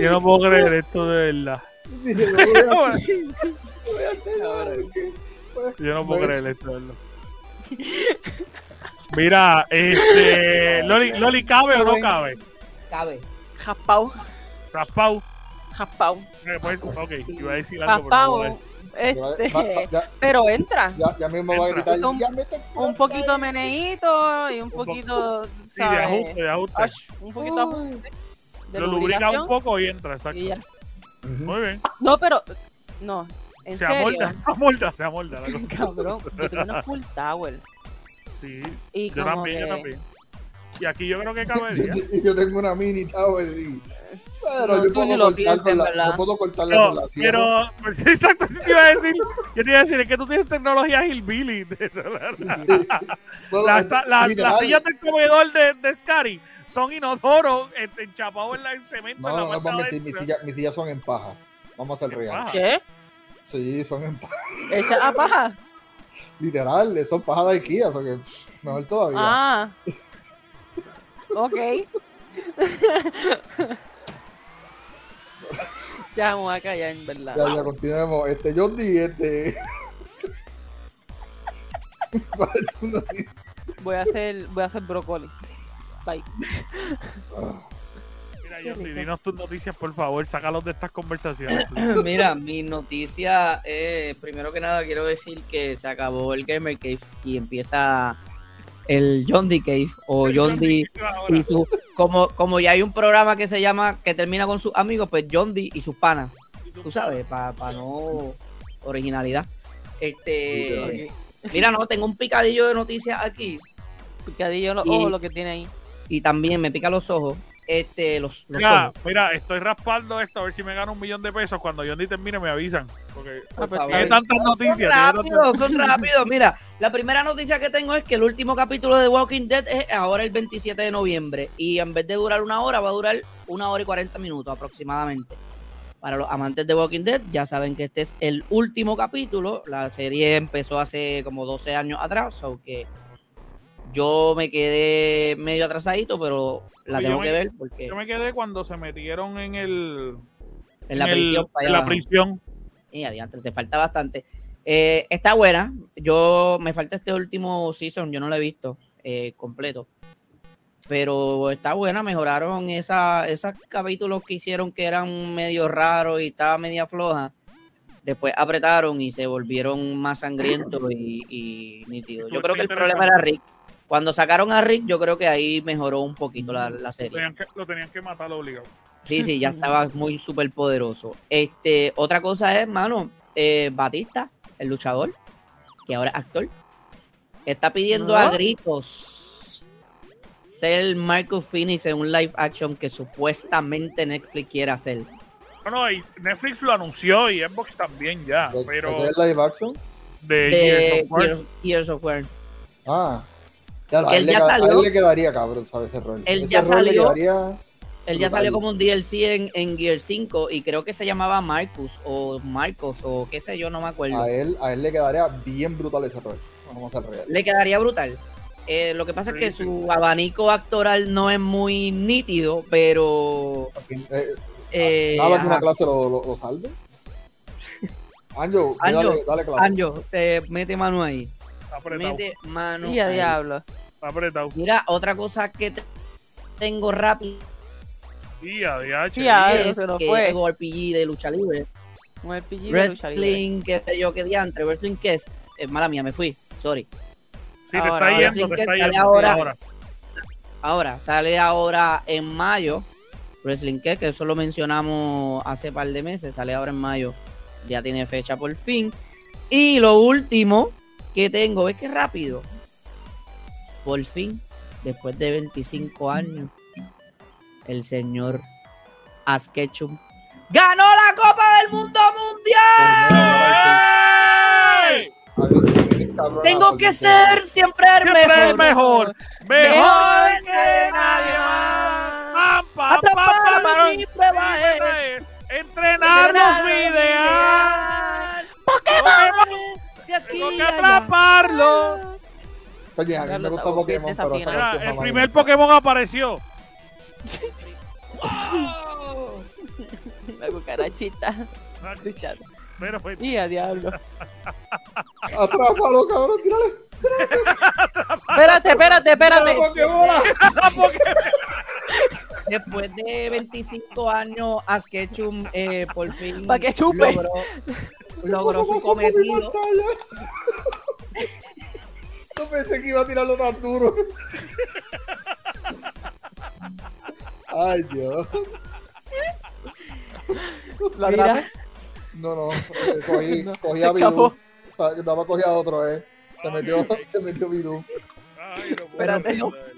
Speaker 1: Yo no puedo creer esto de verdad.
Speaker 3: Dije, no voy
Speaker 1: [laughs] Yo
Speaker 3: a- no voy a hacer nada, porque-
Speaker 1: no puedo creer esto de verdad. Mira, este. Loli, Loli ¿cabe o no cabe?
Speaker 4: Cabe.
Speaker 2: Jaspao.
Speaker 1: Raspau.
Speaker 2: Jaspao.
Speaker 1: Eh, pues, ok, iba a decir algo, pero no voy a
Speaker 2: Jaspao.
Speaker 1: decir.
Speaker 2: Este,
Speaker 3: Ya, ya,
Speaker 2: pero entra.
Speaker 3: ya, ya mismo va a gritar.
Speaker 2: Son
Speaker 3: "Ya me te-
Speaker 2: Un poquito meneíto y un
Speaker 1: poco-
Speaker 2: poquito,
Speaker 1: Sí, de ajuste,
Speaker 2: ¿sabes?
Speaker 1: de ajuste.
Speaker 2: Ach, un poquito de ajuste, de
Speaker 1: Lo lubrica
Speaker 2: lubricación
Speaker 1: un poco y entra, exacto.
Speaker 2: y ya.
Speaker 3: Ujú.
Speaker 1: Muy bien.
Speaker 2: No, pero, no, en
Speaker 1: Se
Speaker 2: serio.
Speaker 1: amolda, se amolda, se amolda. la cosa.
Speaker 2: [laughs] Cabrón, yo tengo una full tower. [laughs]
Speaker 1: Sí,
Speaker 2: Y
Speaker 1: yo
Speaker 2: como
Speaker 1: también, yo
Speaker 2: que-
Speaker 1: también. Y aquí yo creo que
Speaker 3: [laughs] Y-
Speaker 1: cabería.
Speaker 3: y- y yo tengo una mini tower y- Pero
Speaker 2: No,
Speaker 3: yo
Speaker 2: tú ni lo
Speaker 3: puedo cortar
Speaker 2: pienses,
Speaker 3: con la,
Speaker 2: ¿verdad?
Speaker 3: yo puedo cortarla
Speaker 1: No,
Speaker 3: con la sierra.
Speaker 1: pero, pues, [laughs] sí, exacto, sí te iba a decir, yo te iba a decir, es que tú tienes tecnología hillbilly. [laughs]
Speaker 3: Puedo-
Speaker 1: Las la, la-
Speaker 3: literal,
Speaker 1: las sillas del comedor de, de Scary son inodoros, este, enchapados en, la- en cemento.
Speaker 3: No,
Speaker 1: en la
Speaker 3: no, no,
Speaker 1: parte
Speaker 3: vamos a mentir, mis
Speaker 1: adentro.
Speaker 3: sillas, mis sillas son en paja. Vamos a ser
Speaker 1: En
Speaker 3: real.
Speaker 1: paja.
Speaker 2: ¿Qué?
Speaker 3: Sí, son en paja.
Speaker 2: ¿Echa ah, a paja?
Speaker 3: Literal, son paja de Ikea, o sea que mejor todavía.
Speaker 4: [laughs]
Speaker 2: Ah. Ok. ya me voy a callar, en verdad.
Speaker 3: Ya, ya, continuemos. Este, John D, este...
Speaker 2: Voy a hacer, voy a hacer brócoli. Bye.
Speaker 1: Mira,
Speaker 2: Qué
Speaker 1: Jordi,
Speaker 2: rico.
Speaker 1: dinos tus noticias, por favor, sácalos de estas conversaciones. please.
Speaker 4: [laughs] Mira, mi noticia es, primero que nada quiero decir que se acabó el Gamer Cave y empieza el John D Cave o John D
Speaker 1: [laughs] Ahora,
Speaker 4: y su, como, como ya hay un programa que se llama, que termina con sus amigos, pues John D y sus panas, tú sabes, para no originalidad. Este, mira, no, tengo un picadillo de noticias aquí
Speaker 2: Picadillo los
Speaker 4: Y-
Speaker 2: ojos, lo que tiene ahí.
Speaker 4: y también me pica los ojos, este, los, los
Speaker 1: Mira,
Speaker 4: ojos.
Speaker 1: mira, estoy raspando esto a ver si me gano un millón de pesos. Cuando John D termine, me avisan. Porque
Speaker 2: Ah, pues,
Speaker 4: favor.
Speaker 1: tiene
Speaker 2: está bien.
Speaker 1: tantas noticias.
Speaker 4: Son
Speaker 1: tiene tantas-
Speaker 4: rápidos, son rápidos. Mira, la primera noticia que tengo es que el último capítulo de Walking Dead es ahora el 27 de noviembre. Y en vez de durar una hora, va a durar una hora y 40 minutos aproximadamente. Para los amantes de Walking Dead, ya saben que este es el último capítulo. La serie empezó hace como 12 años atrás, aunque yo me quedé medio atrasadito, pero la
Speaker 1: Oye,
Speaker 4: tengo
Speaker 1: yo
Speaker 4: que
Speaker 1: me-
Speaker 4: ver porque
Speaker 1: Yo me quedé cuando se metieron en el.
Speaker 4: en la
Speaker 1: en el-
Speaker 4: prisión. para
Speaker 1: en
Speaker 4: allá
Speaker 1: la
Speaker 4: abajo.
Speaker 1: prisión.
Speaker 4: Y adiante, te falta bastante. Eh, está buena. Yo me falta este último season, yo no lo he visto eh, completo. Pero está buena, mejoraron esa, esos capítulos que hicieron que eran medio raros y estaba media floja. Después apretaron y se volvieron más sangrientos y, y nítidos. Yo
Speaker 1: Estuvo-
Speaker 4: creo que el
Speaker 1: estuvo interesante.
Speaker 4: problema era Rick. Cuando sacaron a Rick, yo creo que ahí mejoró un poquito la, la
Speaker 1: Lo
Speaker 4: serie.
Speaker 1: tenían que, lo tenían que matar obligado.
Speaker 4: Sí, sí, ya estaba muy súper poderoso. Este, otra cosa es, mano, eh, Batista, el luchador, que ahora es actor, está pidiendo
Speaker 2: Ah.
Speaker 4: a gritos ser Michael Phoenix en un live action que supuestamente Netflix quiere hacer.
Speaker 1: Bueno, y Netflix lo anunció y Xbox también ya.
Speaker 3: ¿De-
Speaker 1: Pero
Speaker 3: de live action?
Speaker 1: de, Gears
Speaker 4: De
Speaker 1: of War,
Speaker 4: Gears- Gears of War.
Speaker 3: Ah. Ya, a,
Speaker 4: Él
Speaker 3: él le,
Speaker 4: ya
Speaker 3: ca- a él
Speaker 4: salió.
Speaker 3: le quedaría cabrón, ¿sabes? Ese rol.
Speaker 4: Él
Speaker 3: Ese
Speaker 4: ya
Speaker 3: rol
Speaker 4: salió.
Speaker 3: Le quedaría...
Speaker 4: Él ya
Speaker 3: Brutal.
Speaker 4: salió como un DLC en, en Gear 5 y creo que se llamaba Marcus o Marcos o qué sé yo, no me acuerdo.
Speaker 3: A él, a él le quedaría bien brutal ese rol. Vamos a ser real.
Speaker 4: le quedaría brutal. Eh, lo que pasa es que
Speaker 1: Sí, sí.
Speaker 4: su abanico actoral no es muy nítido, pero.
Speaker 3: Eh,
Speaker 4: eh,
Speaker 3: nada que
Speaker 4: ajá.
Speaker 3: una clase lo, lo, lo salve. Anjo,
Speaker 4: Anjo,
Speaker 3: dale, dale clase.
Speaker 4: Anjo, te mete mano ahí.
Speaker 1: está apretado.
Speaker 4: Mete mano.
Speaker 2: Y a
Speaker 4: ahí.
Speaker 2: diablo.
Speaker 1: Está apretado.
Speaker 4: Mira, otra cosa que te- tengo rápido
Speaker 1: Y a DH.
Speaker 2: Y a- Ay,
Speaker 4: es
Speaker 2: Ah, se nos
Speaker 4: que
Speaker 2: fue.
Speaker 4: tengo RPG de lucha libre.
Speaker 2: Un RPG de lucha libre.
Speaker 4: Wrestling, qué sé yo, qué diantre. Wrestling, ¿qué es? Eh, mala mía, me fui. Sorry.
Speaker 1: Sí, te
Speaker 2: ahora,
Speaker 1: está
Speaker 4: ahora
Speaker 1: yendo,
Speaker 4: sí
Speaker 1: te
Speaker 4: que
Speaker 1: está
Speaker 4: sale
Speaker 1: yendo.
Speaker 4: ahora.
Speaker 1: ahora.
Speaker 4: Ahora, sale ahora en mayo. Wrestling Cake, que eso lo mencionamos hace par de meses, sale ahora en mayo. Ya tiene fecha por fin. Y lo último que tengo, es que rápido. Por fin, después de 25 años, el señor Askechum ganó la Copa del Mundo Mundial.
Speaker 1: ¡Ey!
Speaker 4: Tengo que ser siempre el
Speaker 1: Ah, Siempre el
Speaker 4: mejor.
Speaker 1: mejor. Mejor
Speaker 2: Mejor
Speaker 1: que
Speaker 2: que
Speaker 1: nadie
Speaker 2: nadie
Speaker 1: más.
Speaker 2: más.
Speaker 1: Pam, pam,
Speaker 4: Atrapar
Speaker 1: pam,
Speaker 4: a
Speaker 1: pam.
Speaker 4: mi prueba
Speaker 1: Mi meta es Entrenarnos mi ideal. Pokémon,
Speaker 4: De aquí
Speaker 1: Tengo que
Speaker 4: a allá.
Speaker 1: atraparlo.
Speaker 3: Oye, a mí me gusta
Speaker 2: Carlos,
Speaker 3: Pokémon, pero esa
Speaker 2: desafina.
Speaker 1: Mira,
Speaker 3: canción
Speaker 1: Ah, el
Speaker 3: jamás
Speaker 1: primer
Speaker 3: me gusta.
Speaker 1: Pokémon apareció.
Speaker 2: La cucarachita. Luchando.
Speaker 1: Pero pues,
Speaker 2: Y a diablo.
Speaker 3: Atrápalo, cabrón, tírale.
Speaker 4: [laughs]
Speaker 2: Espérate, espérate, espérate.
Speaker 3: Pokébola.
Speaker 4: después de 25 años, Ash Ketchum eh, por
Speaker 2: [laughs]
Speaker 4: fin
Speaker 2: Pa' que chupe.
Speaker 4: logró, logró su cometido.
Speaker 3: No pensé que iba a tirarlo tan duro. Ay, Dios.
Speaker 2: Lo
Speaker 4: Mira,
Speaker 2: atrapé.
Speaker 3: No, no. eh, Cogí,
Speaker 2: [laughs] No,
Speaker 3: cogí
Speaker 2: se
Speaker 3: a Bidú.
Speaker 2: escapó.
Speaker 3: Ah, Nada más cogí a otro, eh. Se metió,
Speaker 2: Ah,
Speaker 3: [laughs] se metió Bidú.
Speaker 1: Ay, no puedo
Speaker 2: Espérate.
Speaker 1: creerlo, de verdad.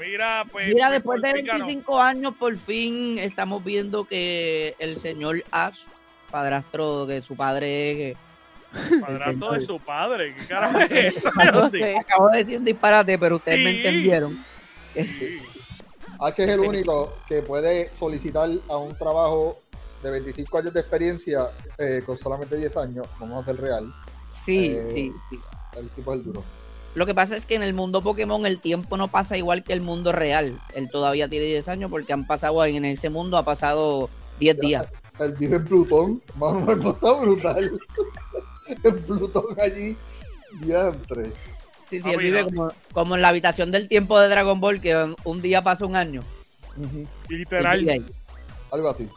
Speaker 1: Mira, pues.
Speaker 4: mira,
Speaker 1: pues,
Speaker 4: después de
Speaker 1: Pícaro,
Speaker 4: 25 años, por fin estamos viendo que el señor Ash, padrastro de su padre,
Speaker 1: Padrastro de su padre. ¿Qué carajo es eso?
Speaker 2: Algo
Speaker 1: Sí.
Speaker 2: sé.
Speaker 4: acabo de decir un disparate, pero ustedes me
Speaker 1: Sí.
Speaker 4: entendieron.
Speaker 3: H Ah, es el único que puede solicitar a un trabajo de 25 años de experiencia eh, con solamente 10 años. Vamos a ser real.
Speaker 4: Sí,
Speaker 3: Eh.
Speaker 4: sí, sí.
Speaker 3: El tipo es el duro.
Speaker 4: Lo que pasa es que en el mundo Pokémon el tiempo no pasa igual que el mundo real. Él todavía tiene 10 años porque han pasado, en ese mundo ha pasado 10 días.
Speaker 3: El vive en Plutón. Mano, me está brutal. [laughs] en Plutón allí. Diantre.
Speaker 4: Sí, sí,
Speaker 1: Ah,
Speaker 4: él
Speaker 1: mira.
Speaker 4: vive como, como en la habitación del tiempo de Dragon Ball, que un- un día pasa un año.
Speaker 3: Ujú.
Speaker 4: Él
Speaker 1: Literal.
Speaker 4: vive ahí.
Speaker 3: Algo así.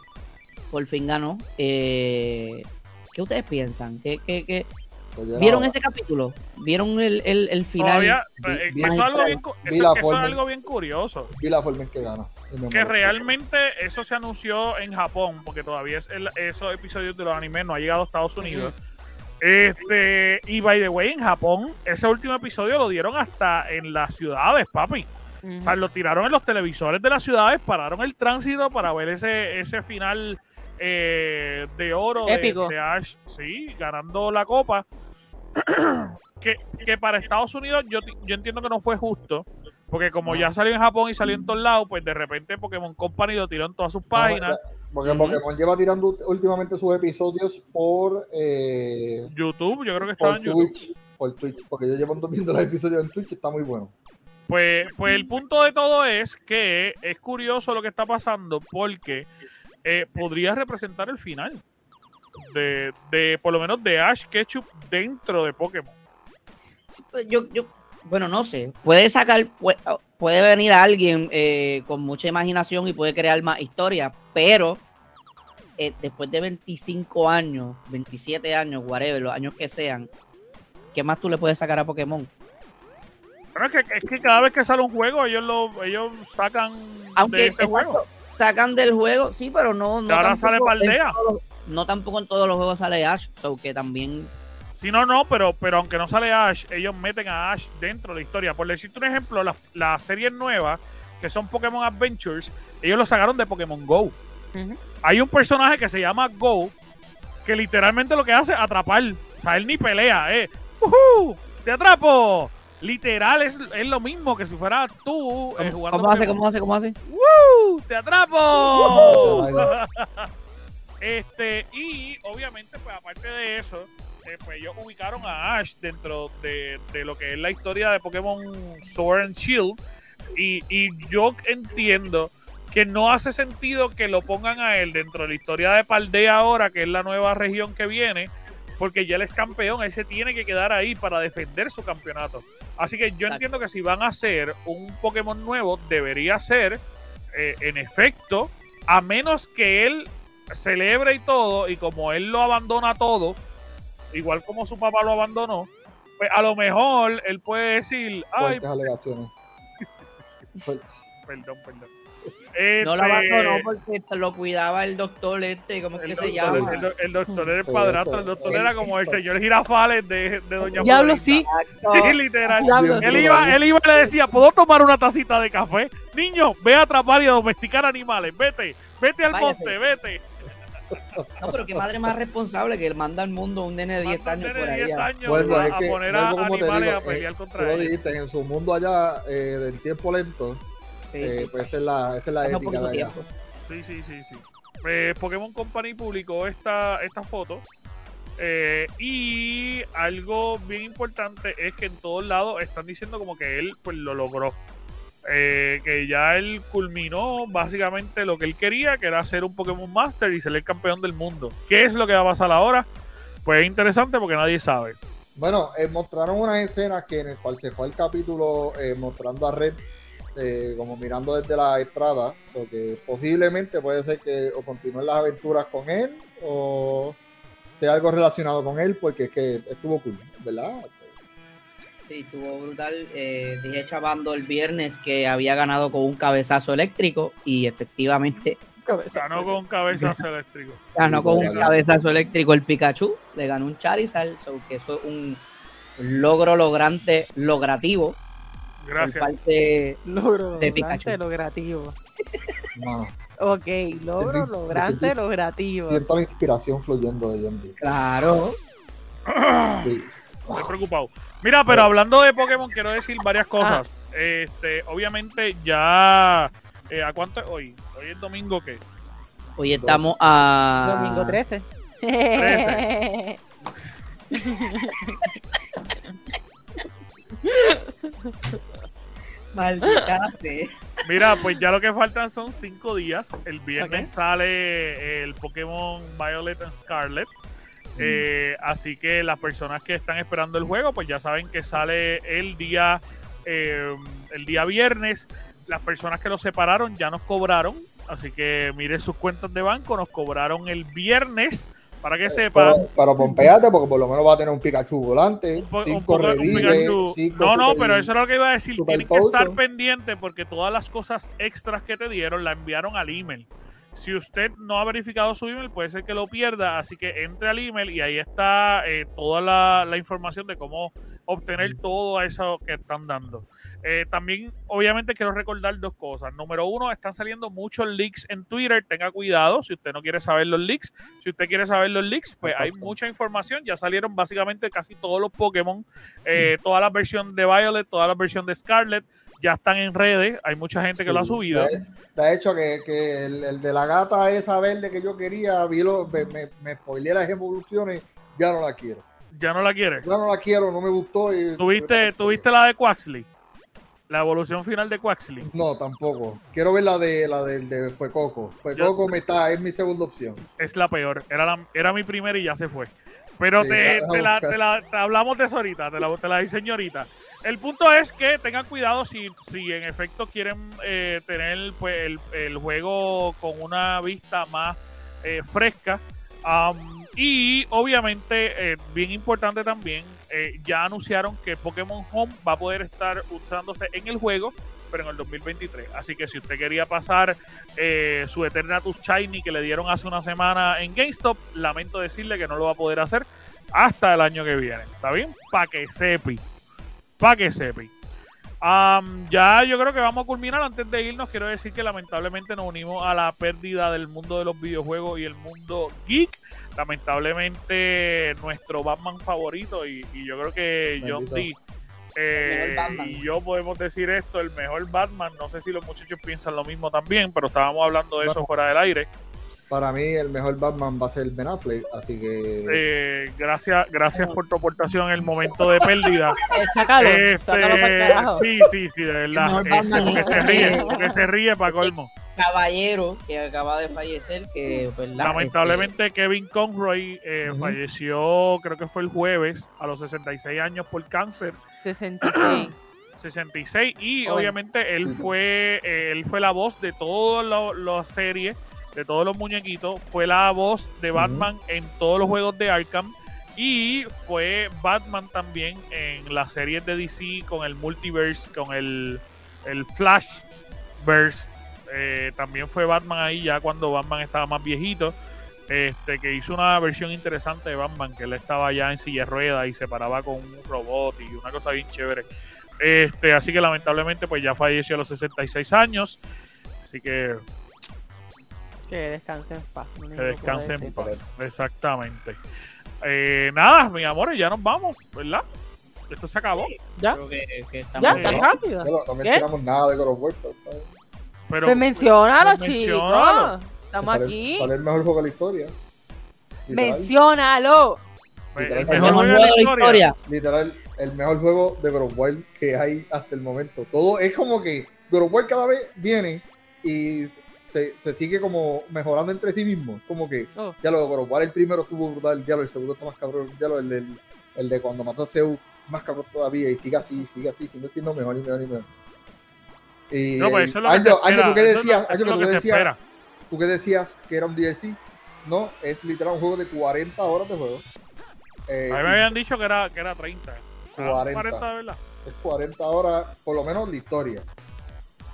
Speaker 4: Por fin ganó. Eh, ¿Qué ustedes piensan? ¿Qué, qué, qué?
Speaker 3: Pues ya
Speaker 4: vieron
Speaker 3: nada.
Speaker 4: ese capítulo? ¿Vieron el, el, el final?
Speaker 1: Todavía,
Speaker 4: Vi-
Speaker 1: eh,
Speaker 3: vi-
Speaker 1: eso es algo bien, cu-
Speaker 3: vi
Speaker 1: eso-
Speaker 3: la
Speaker 1: eso es
Speaker 3: forma.
Speaker 1: algo bien curioso.
Speaker 3: Vi la forma en que gana. y me
Speaker 1: Que
Speaker 3: molestó.
Speaker 1: realmente eso se anunció en Japón, porque todavía es el- esos episodios de los animes no ha llegado a Estados Unidos. Este, y by the way, en Japón, ese último episodio lo dieron hasta en las ciudades, papi. O sea, lo tiraron en los televisores de las ciudades, pararon el tránsito para ver ese, ese final eh, de oro de-
Speaker 2: Épico.
Speaker 1: De, Ash, sí, ganando la copa. [clears throat] que, que para Estados Unidos yo, ti- yo entiendo que no fue justo, porque como ya salió en Japón y salió en todos lados, pues de repente Pokémon Company lo tiró en todas sus páginas,
Speaker 3: Porque Pokémon lleva tirando últimamente sus episodios por, eh,
Speaker 1: YouTube, yo creo que estaba
Speaker 3: por
Speaker 1: en YouTube.
Speaker 3: Twitch. Por Twitch, porque ya llevan viendo los episodios en Twitch, está muy bueno.
Speaker 1: Pues, pues el punto de todo es que es curioso lo que está pasando porque eh, podría representar el final de, de, por lo menos de Ash Ketchup dentro de Pokémon.
Speaker 4: Sí, pues, Yo, yo, bueno, no sé. Puede sacar, puede, puede venir alguien eh, con mucha imaginación y puede crear más historias, pero eh, después de 25 años, 27 años, whatever, los años que sean, ¿qué más tú le puedes sacar a Pokémon?
Speaker 1: Bueno, es que, es que cada vez que sale un juego ellos lo ellos sacan de
Speaker 4: Aunque,
Speaker 1: ese juego.
Speaker 4: exacto, sacan del juego, sí, pero no. no
Speaker 1: ahora
Speaker 4: tampoco
Speaker 1: sale Paldea.
Speaker 4: en todos- No tampoco en todos los juegos sale Ash, so que también.
Speaker 1: Sí, no, no, pero, pero aunque no sale Ash, ellos meten a Ash dentro de la historia. Por decirte un ejemplo, las las series nuevas, que son Pokémon Adventures, ellos lo sacaron de Pokémon Go.
Speaker 2: Ujú.
Speaker 1: Hay un personaje que se llama Go, que literalmente lo que hace es atrapar. O sea, él ni pelea, ¿eh? ¡Ujú! ¡Te atrapo! Literal es, es lo mismo que si fuera tú eh, jugando.
Speaker 4: ¿Cómo hace?
Speaker 1: Pokémon.
Speaker 4: ¿Cómo hace? ¿Cómo hace?
Speaker 1: ¡Woo! ¡Te atrapo!
Speaker 3: Ujú.
Speaker 1: este, y obviamente, pues aparte de eso, eh, pues ellos ubicaron a Ash dentro de, de lo que es la historia de Pokémon Sword and Shield. Y, y yo entiendo que no hace sentido que lo pongan a él dentro de la historia de Paldea ahora, que es la nueva región que viene, porque ya él es campeón, él se tiene que quedar ahí para defender su campeonato. Así que yo
Speaker 4: Exacto.
Speaker 1: entiendo que si van a hacer un Pokémon nuevo, debería ser, eh, en efecto, a menos que él celebre y todo, y como él lo abandona todo, igual como su papá lo abandonó, pues a lo mejor él puede decir, [laughs] ay,
Speaker 3: Fuertes alegaciones.
Speaker 1: perdón, perdón.
Speaker 4: No lo
Speaker 1: Este,
Speaker 4: abandonó porque lo cuidaba el eh. doctor este, ¿cómo es
Speaker 1: el
Speaker 4: que se
Speaker 1: doctor-
Speaker 4: llama?
Speaker 1: El, do- el doctor era el
Speaker 3: Sí,
Speaker 1: padrastro,
Speaker 3: eso-
Speaker 1: el doctor
Speaker 3: el-
Speaker 1: era como el señor Girafales de, de Doña
Speaker 2: Diablo,
Speaker 1: Florinda.
Speaker 2: sí.
Speaker 1: Sí, literal.
Speaker 2: Diablo,
Speaker 1: Él iba, él iba y le decía, ¿puedo tomar una tacita de café? Niño, ve a atrapar y a domesticar animales, vete, vete al
Speaker 4: Váyase.
Speaker 1: monte, vete.
Speaker 4: No, pero qué madre más responsable que manda al mundo un nene de 10 años
Speaker 1: Mándale
Speaker 4: por ahí.
Speaker 1: 10
Speaker 4: a-
Speaker 1: años
Speaker 3: Vuelvo,
Speaker 1: a,
Speaker 3: es
Speaker 1: a
Speaker 3: que-
Speaker 1: poner a
Speaker 3: vuelvo como te
Speaker 1: animales
Speaker 3: digo,
Speaker 1: a pelear
Speaker 3: Tú
Speaker 1: contra
Speaker 3: lo
Speaker 1: él.
Speaker 3: dijiste, en su mundo allá eh, del tiempo lento,
Speaker 4: Sí,
Speaker 3: eh,
Speaker 4: sí.
Speaker 3: pues esa es la, esa es la
Speaker 4: Pasa
Speaker 3: ética
Speaker 4: poquito
Speaker 3: de allá.
Speaker 4: tiempo.
Speaker 1: Sí, sí, sí, sí. Eh, Pokémon Company publicó esta, esta foto. eh, y algo bien importante es que en todos lados están diciendo como que él pues lo logró. Eh, que ya él culminó básicamente lo que él quería, que era ser un Pokémon Master y ser el campeón del mundo. ¿Qué es lo que va a pasar ahora? Pues es interesante porque nadie sabe.
Speaker 3: Bueno, eh, mostraron unas escenas que en el cual se fue el capítulo eh, mostrando a Red eh, como mirando desde la estrada, so que posiblemente puede ser que o continúen las aventuras con él o sea algo relacionado con él, porque es que estuvo cool, ¿verdad?
Speaker 4: Sí, estuvo brutal. Eh, dije chavando el viernes que había ganado con un cabezazo eléctrico y efectivamente
Speaker 1: Ganó con un cabezazo eléctrico.
Speaker 4: ganó con un
Speaker 3: Claro.
Speaker 4: cabezazo eléctrico el Pikachu, le ganó un Charizard, so que eso es un logro logrante, logrativo por
Speaker 1: Gracias.
Speaker 4: parte
Speaker 2: Logro
Speaker 4: De
Speaker 2: logrante,
Speaker 4: Pikachu.
Speaker 2: logrativo.
Speaker 3: No,
Speaker 2: Ok, logro
Speaker 3: Feliz,
Speaker 2: logrante,
Speaker 3: feliz.
Speaker 2: logrativo.
Speaker 3: siento la inspiración fluyendo de Yondi.
Speaker 4: Claro.
Speaker 3: Sí.
Speaker 1: Estoy preocupado. Mira, pero hablando de Pokémon, quiero decir varias cosas. Este, obviamente, ya. eh, ¿A cuánto es hoy? Hoy es domingo que.
Speaker 4: Hoy estamos a
Speaker 2: Domingo 13.
Speaker 1: [laughs]
Speaker 4: Maldita sea.
Speaker 1: Mira, pues ya lo que faltan son cinco días. El viernes sale el Pokémon Violet and Scarlet. Eh, así que las personas que están esperando el juego, pues ya saben que sale el día, eh, el día viernes. Las personas que lo separaron ya nos cobraron. Así que miren sus cuentas de banco, nos cobraron el viernes. Para que sepan,
Speaker 3: Pero, pero pompeate porque por lo menos va a tener un Pikachu volante.
Speaker 1: un po- un
Speaker 3: cinco
Speaker 1: poco de
Speaker 3: revive,
Speaker 1: Pikachu.
Speaker 3: cinco
Speaker 1: No, no,
Speaker 3: super-
Speaker 1: pero eso es lo que iba a decir.
Speaker 3: super
Speaker 1: Tienen que estar
Speaker 3: potion.
Speaker 1: pendientes porque todas las cosas extras que te dieron la enviaron al email. Si usted no ha verificado su email, puede ser que lo pierda. Así que entre al email y ahí está eh, toda la, la información de cómo
Speaker 3: Mm.
Speaker 1: obtener todo eso que están dando. Eh, también, obviamente, quiero recordar dos cosas. Número uno, están saliendo muchos leaks en Twitter. Tenga cuidado si usted no quiere saber los leaks. Si usted quiere saber los leaks, pues hay
Speaker 3: Exacto.
Speaker 1: mucha información. Ya salieron básicamente casi todos los Pokémon. Eh, Toda la versión de Violet, toda la versión de Scarlet, ya están en redes. Hay mucha gente que lo ha
Speaker 3: Sí,
Speaker 1: subido.
Speaker 3: De, de hecho, que, que el, el de la gata esa verde que yo quería, vi lo- me, me, me spoileé las evoluciones, ya no la quiero.
Speaker 1: Ya no la quiere.
Speaker 3: Ya no la quiero, no me gustó. Y,
Speaker 1: ¿Tuviste, ¿Tuviste la de Quaxley? La evolución final de Quaxley.
Speaker 3: No, tampoco. Quiero ver la de la del de Fue Coco. Fue
Speaker 1: Yo-
Speaker 3: Coco me está, es mi segunda opción.
Speaker 1: Es la peor. Era, la- era mi primera y ya se fue. Pero
Speaker 3: Sí,
Speaker 1: te,
Speaker 3: la-
Speaker 1: te la, te la- te hablamos de eso ahorita. Te la, te la diseño ahorita. El punto es que tengan cuidado si, si en efecto quieren eh, tener pues, el, el juego con una vista más eh, fresca. Am, y obviamente, eh, bien importante también, eh, ya anunciaron que Pokémon Home va a poder estar usándose en el juego, pero en el 2023. Así que si usted quería pasar eh, su Eternatus Shiny que le dieron hace una semana en GameStop, lamento decirle que no lo va a poder hacer hasta el año que viene. ¿Está bien? Pa' que sepi. Pa' que sepi. Am, ya yo creo que vamos a culminar. Antes de irnos, quiero decir que lamentablemente nos unimos a la pérdida del mundo de los videojuegos y el mundo geek. Lamentablemente, nuestro Batman favorito, y, y yo creo que John
Speaker 3: Bendito.
Speaker 1: D. eh,
Speaker 4: El mejor Batman.
Speaker 1: y yo podemos decir esto: el mejor Batman. No sé si los muchachos piensan lo mismo también, pero estábamos hablando de eso
Speaker 3: Bueno.
Speaker 1: fuera del aire.
Speaker 3: Para mí, el mejor Batman va a ser Ben Affleck, así que.
Speaker 1: Eh, gracias, gracias por tu aportación en el momento de pérdida.
Speaker 2: [laughs]
Speaker 4: [laughs]
Speaker 2: Eh, sácalo, sácalo para
Speaker 1: Este,
Speaker 2: el carajo.
Speaker 1: sí, sí, sí, de verdad.
Speaker 4: mejor
Speaker 1: Este,
Speaker 4: Batman
Speaker 1: porque
Speaker 4: es-
Speaker 1: se ríe, porque se ríe para
Speaker 4: [laughs]
Speaker 1: colmo.
Speaker 4: caballero que acaba de fallecer, que pues, ¿verdad?
Speaker 1: Lamentablemente
Speaker 4: este.
Speaker 1: Kevin Conroy eh,
Speaker 3: Ujú.
Speaker 1: falleció, creo que fue el jueves, a los 66 años por cáncer.
Speaker 2: 66.
Speaker 1: 66 y
Speaker 2: Joven.
Speaker 1: obviamente él fue eh, él fue la voz de todas las series de todos los muñequitos fue la voz de Batman en todos los juegos de Arkham y fue Batman también en las series de DC con el multiverse con el el Flashverse Eh, también fue Batman ahí ya cuando Batman estaba más viejito este que hizo una versión interesante de Batman que él estaba ya en silla de ruedas y se paraba con un robot y una cosa bien chévere este, así que lamentablemente, pues ya falleció a los 66 años. Así que
Speaker 2: Que descanse en paz. lo único
Speaker 1: que descanse
Speaker 2: puedo
Speaker 1: en
Speaker 2: decir.
Speaker 1: paz. Exactamente. Eh, nada, mis amores, ya nos vamos, ¿verdad? Esto se acabó.
Speaker 4: Creo que, que estamos
Speaker 2: Ya,
Speaker 4: bien.
Speaker 2: está rápido.
Speaker 3: No, no mencionamos nada de God of War, pues, pero-
Speaker 1: Pero
Speaker 2: Pues menciónalo,
Speaker 1: pues menciónalo.
Speaker 2: chicos. Estamos
Speaker 3: ¿Cuál es-
Speaker 2: aquí.
Speaker 3: ¿Cuál es el mejor juego de la historia? Literal,
Speaker 2: Menciónalo.
Speaker 1: pues,
Speaker 3: literal,
Speaker 1: el
Speaker 4: El
Speaker 1: mejor
Speaker 4: mejor
Speaker 1: juego de la historia.
Speaker 3: literal, el mejor juego de God of War que hay hasta el momento. Todo es como que God of War cada vez viene y se, se sigue como mejorando entre sí mismo. Como que,
Speaker 2: Oh.
Speaker 3: ya lo de God of War, el primero estuvo brutal, ya lo, el segundo está más cabrón, ya lo, el, del- el de cuando mató a Zeus, más cabrón todavía y sigue así, sigue así, sigue siendo mejor y mejor y mejor. Que Y,
Speaker 1: No, pues eso es lo que
Speaker 3: Ángel,
Speaker 1: se espera.
Speaker 3: Ángel, ¿tú qué
Speaker 1: Eso es lo-
Speaker 3: decías?
Speaker 1: eso es
Speaker 3: Ángel,
Speaker 1: lo
Speaker 3: ¿tú
Speaker 1: que
Speaker 3: qué
Speaker 1: se
Speaker 3: decías?
Speaker 1: espera.
Speaker 3: ¿Tú qué decías que era un DLC? No, es literal un juego de 40 horas de juego. Eh,
Speaker 1: A mí me habían dicho que era, que era 30. Ah,
Speaker 3: 40.
Speaker 1: 40, de ¿verdad?
Speaker 3: Es 40 horas, por lo menos la historia.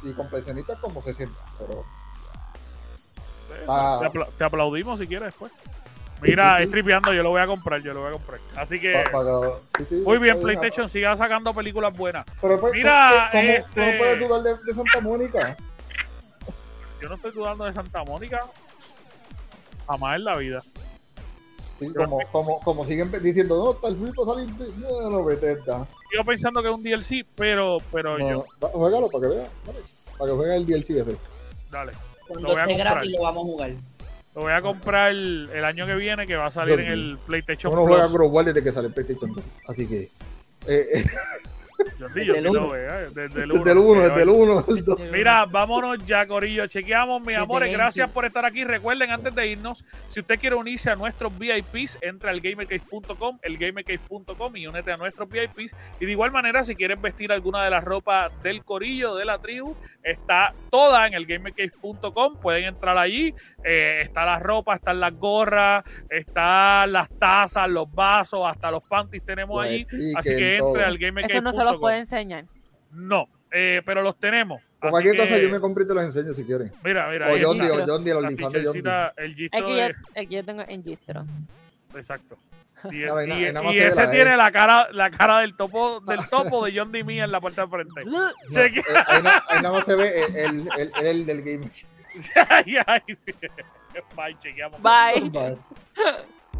Speaker 3: Y completionistas como 60, pero
Speaker 1: Sí,
Speaker 3: Ah.
Speaker 1: Te, apla- te aplaudimos si quieres después. Mira,
Speaker 3: sí.
Speaker 1: es tripeando, yo lo voy a comprar, yo lo voy a comprar. Así que,
Speaker 3: pa- pa- sí, sí,
Speaker 1: eh, muy bien,
Speaker 3: está
Speaker 1: PlayStation, siga sacando películas buenas.
Speaker 3: Pero, pues,
Speaker 1: Mira,
Speaker 3: ¿cómo,
Speaker 1: este-
Speaker 3: cómo puedes dudar de, de Santa Mónica?
Speaker 1: Yo no estoy dudando de Santa Mónica. Jamás en la vida.
Speaker 3: Sí, como, como, como siguen diciendo, no, tal vez va a salir. de- Bueno, Bethesda.
Speaker 1: Yo pensando que es un DLC, pero, pero yo.
Speaker 3: No, va- juégalo para que veas. dale, Para que juegue el DLC ese.
Speaker 1: Dale.
Speaker 4: Cuando
Speaker 1: Lo voy a
Speaker 4: esté
Speaker 1: comprar.
Speaker 4: gratis lo vamos a jugar.
Speaker 1: Lo voy a comprar el, el año que viene que va a salir en
Speaker 3: Yo-
Speaker 1: el PlayStation
Speaker 3: Uno juega
Speaker 1: Plus.
Speaker 3: Cross War desde que sale el PlayStation 2. Así que. eh, eh,
Speaker 1: Yo sí, yo
Speaker 4: Desde el
Speaker 1: sí lo
Speaker 4: uno.
Speaker 1: veo, eh, Desde el 1.
Speaker 3: desde el 1, desde el 1 al 2.
Speaker 1: Mira, vámonos ya, Corillo. Chequeamos, mis
Speaker 4: Desde
Speaker 1: amores.
Speaker 4: el
Speaker 1: Gracias
Speaker 4: 20.
Speaker 1: por estar aquí. Recuerden, antes de irnos, si usted quiere unirse a nuestros VIPs, entra al gamercase.com, el gamercase.com y únete a nuestros VIPs. Y de igual manera, si quieres vestir alguna de las ropas del Corillo, de la tribu, está toda en el gamercase.com. Pueden entrar allí. Eh, está la ropa, están las gorras, están las tazas, los vasos, hasta los panties tenemos allí. Así que entre al gamercase.com.
Speaker 2: Eso no se los puede enseñar.
Speaker 1: No, eh, pero los tenemos.
Speaker 3: O
Speaker 1: Así
Speaker 3: cualquier cosa
Speaker 1: que-
Speaker 3: yo me compro y te los enseño si quieren.
Speaker 1: Mira, mira.
Speaker 3: O
Speaker 1: ahí
Speaker 3: John
Speaker 1: está.
Speaker 3: D, o John D, el
Speaker 1: La
Speaker 3: OnlyFans de John D.
Speaker 1: fichercita, el gistro
Speaker 2: Aquí yo,
Speaker 1: de-
Speaker 2: aquí yo tengo en Gistro.
Speaker 3: [laughs]
Speaker 1: Exacto. Y,
Speaker 3: Claro, ahí na-
Speaker 1: y-
Speaker 3: ahí nada más
Speaker 1: y
Speaker 3: se ve
Speaker 1: ese
Speaker 3: la
Speaker 1: tiene la cara, la cara del topo, del
Speaker 3: [laughs]
Speaker 1: topo de John D. Mía en la puerta de frente.
Speaker 3: No,
Speaker 1: Cheque- [laughs]
Speaker 3: eh, ahí, na- ahí nada más se ve el, el, el, el, el del game.
Speaker 1: Ay, ay, Bye, chequeamos.
Speaker 2: Bye.
Speaker 3: Vale.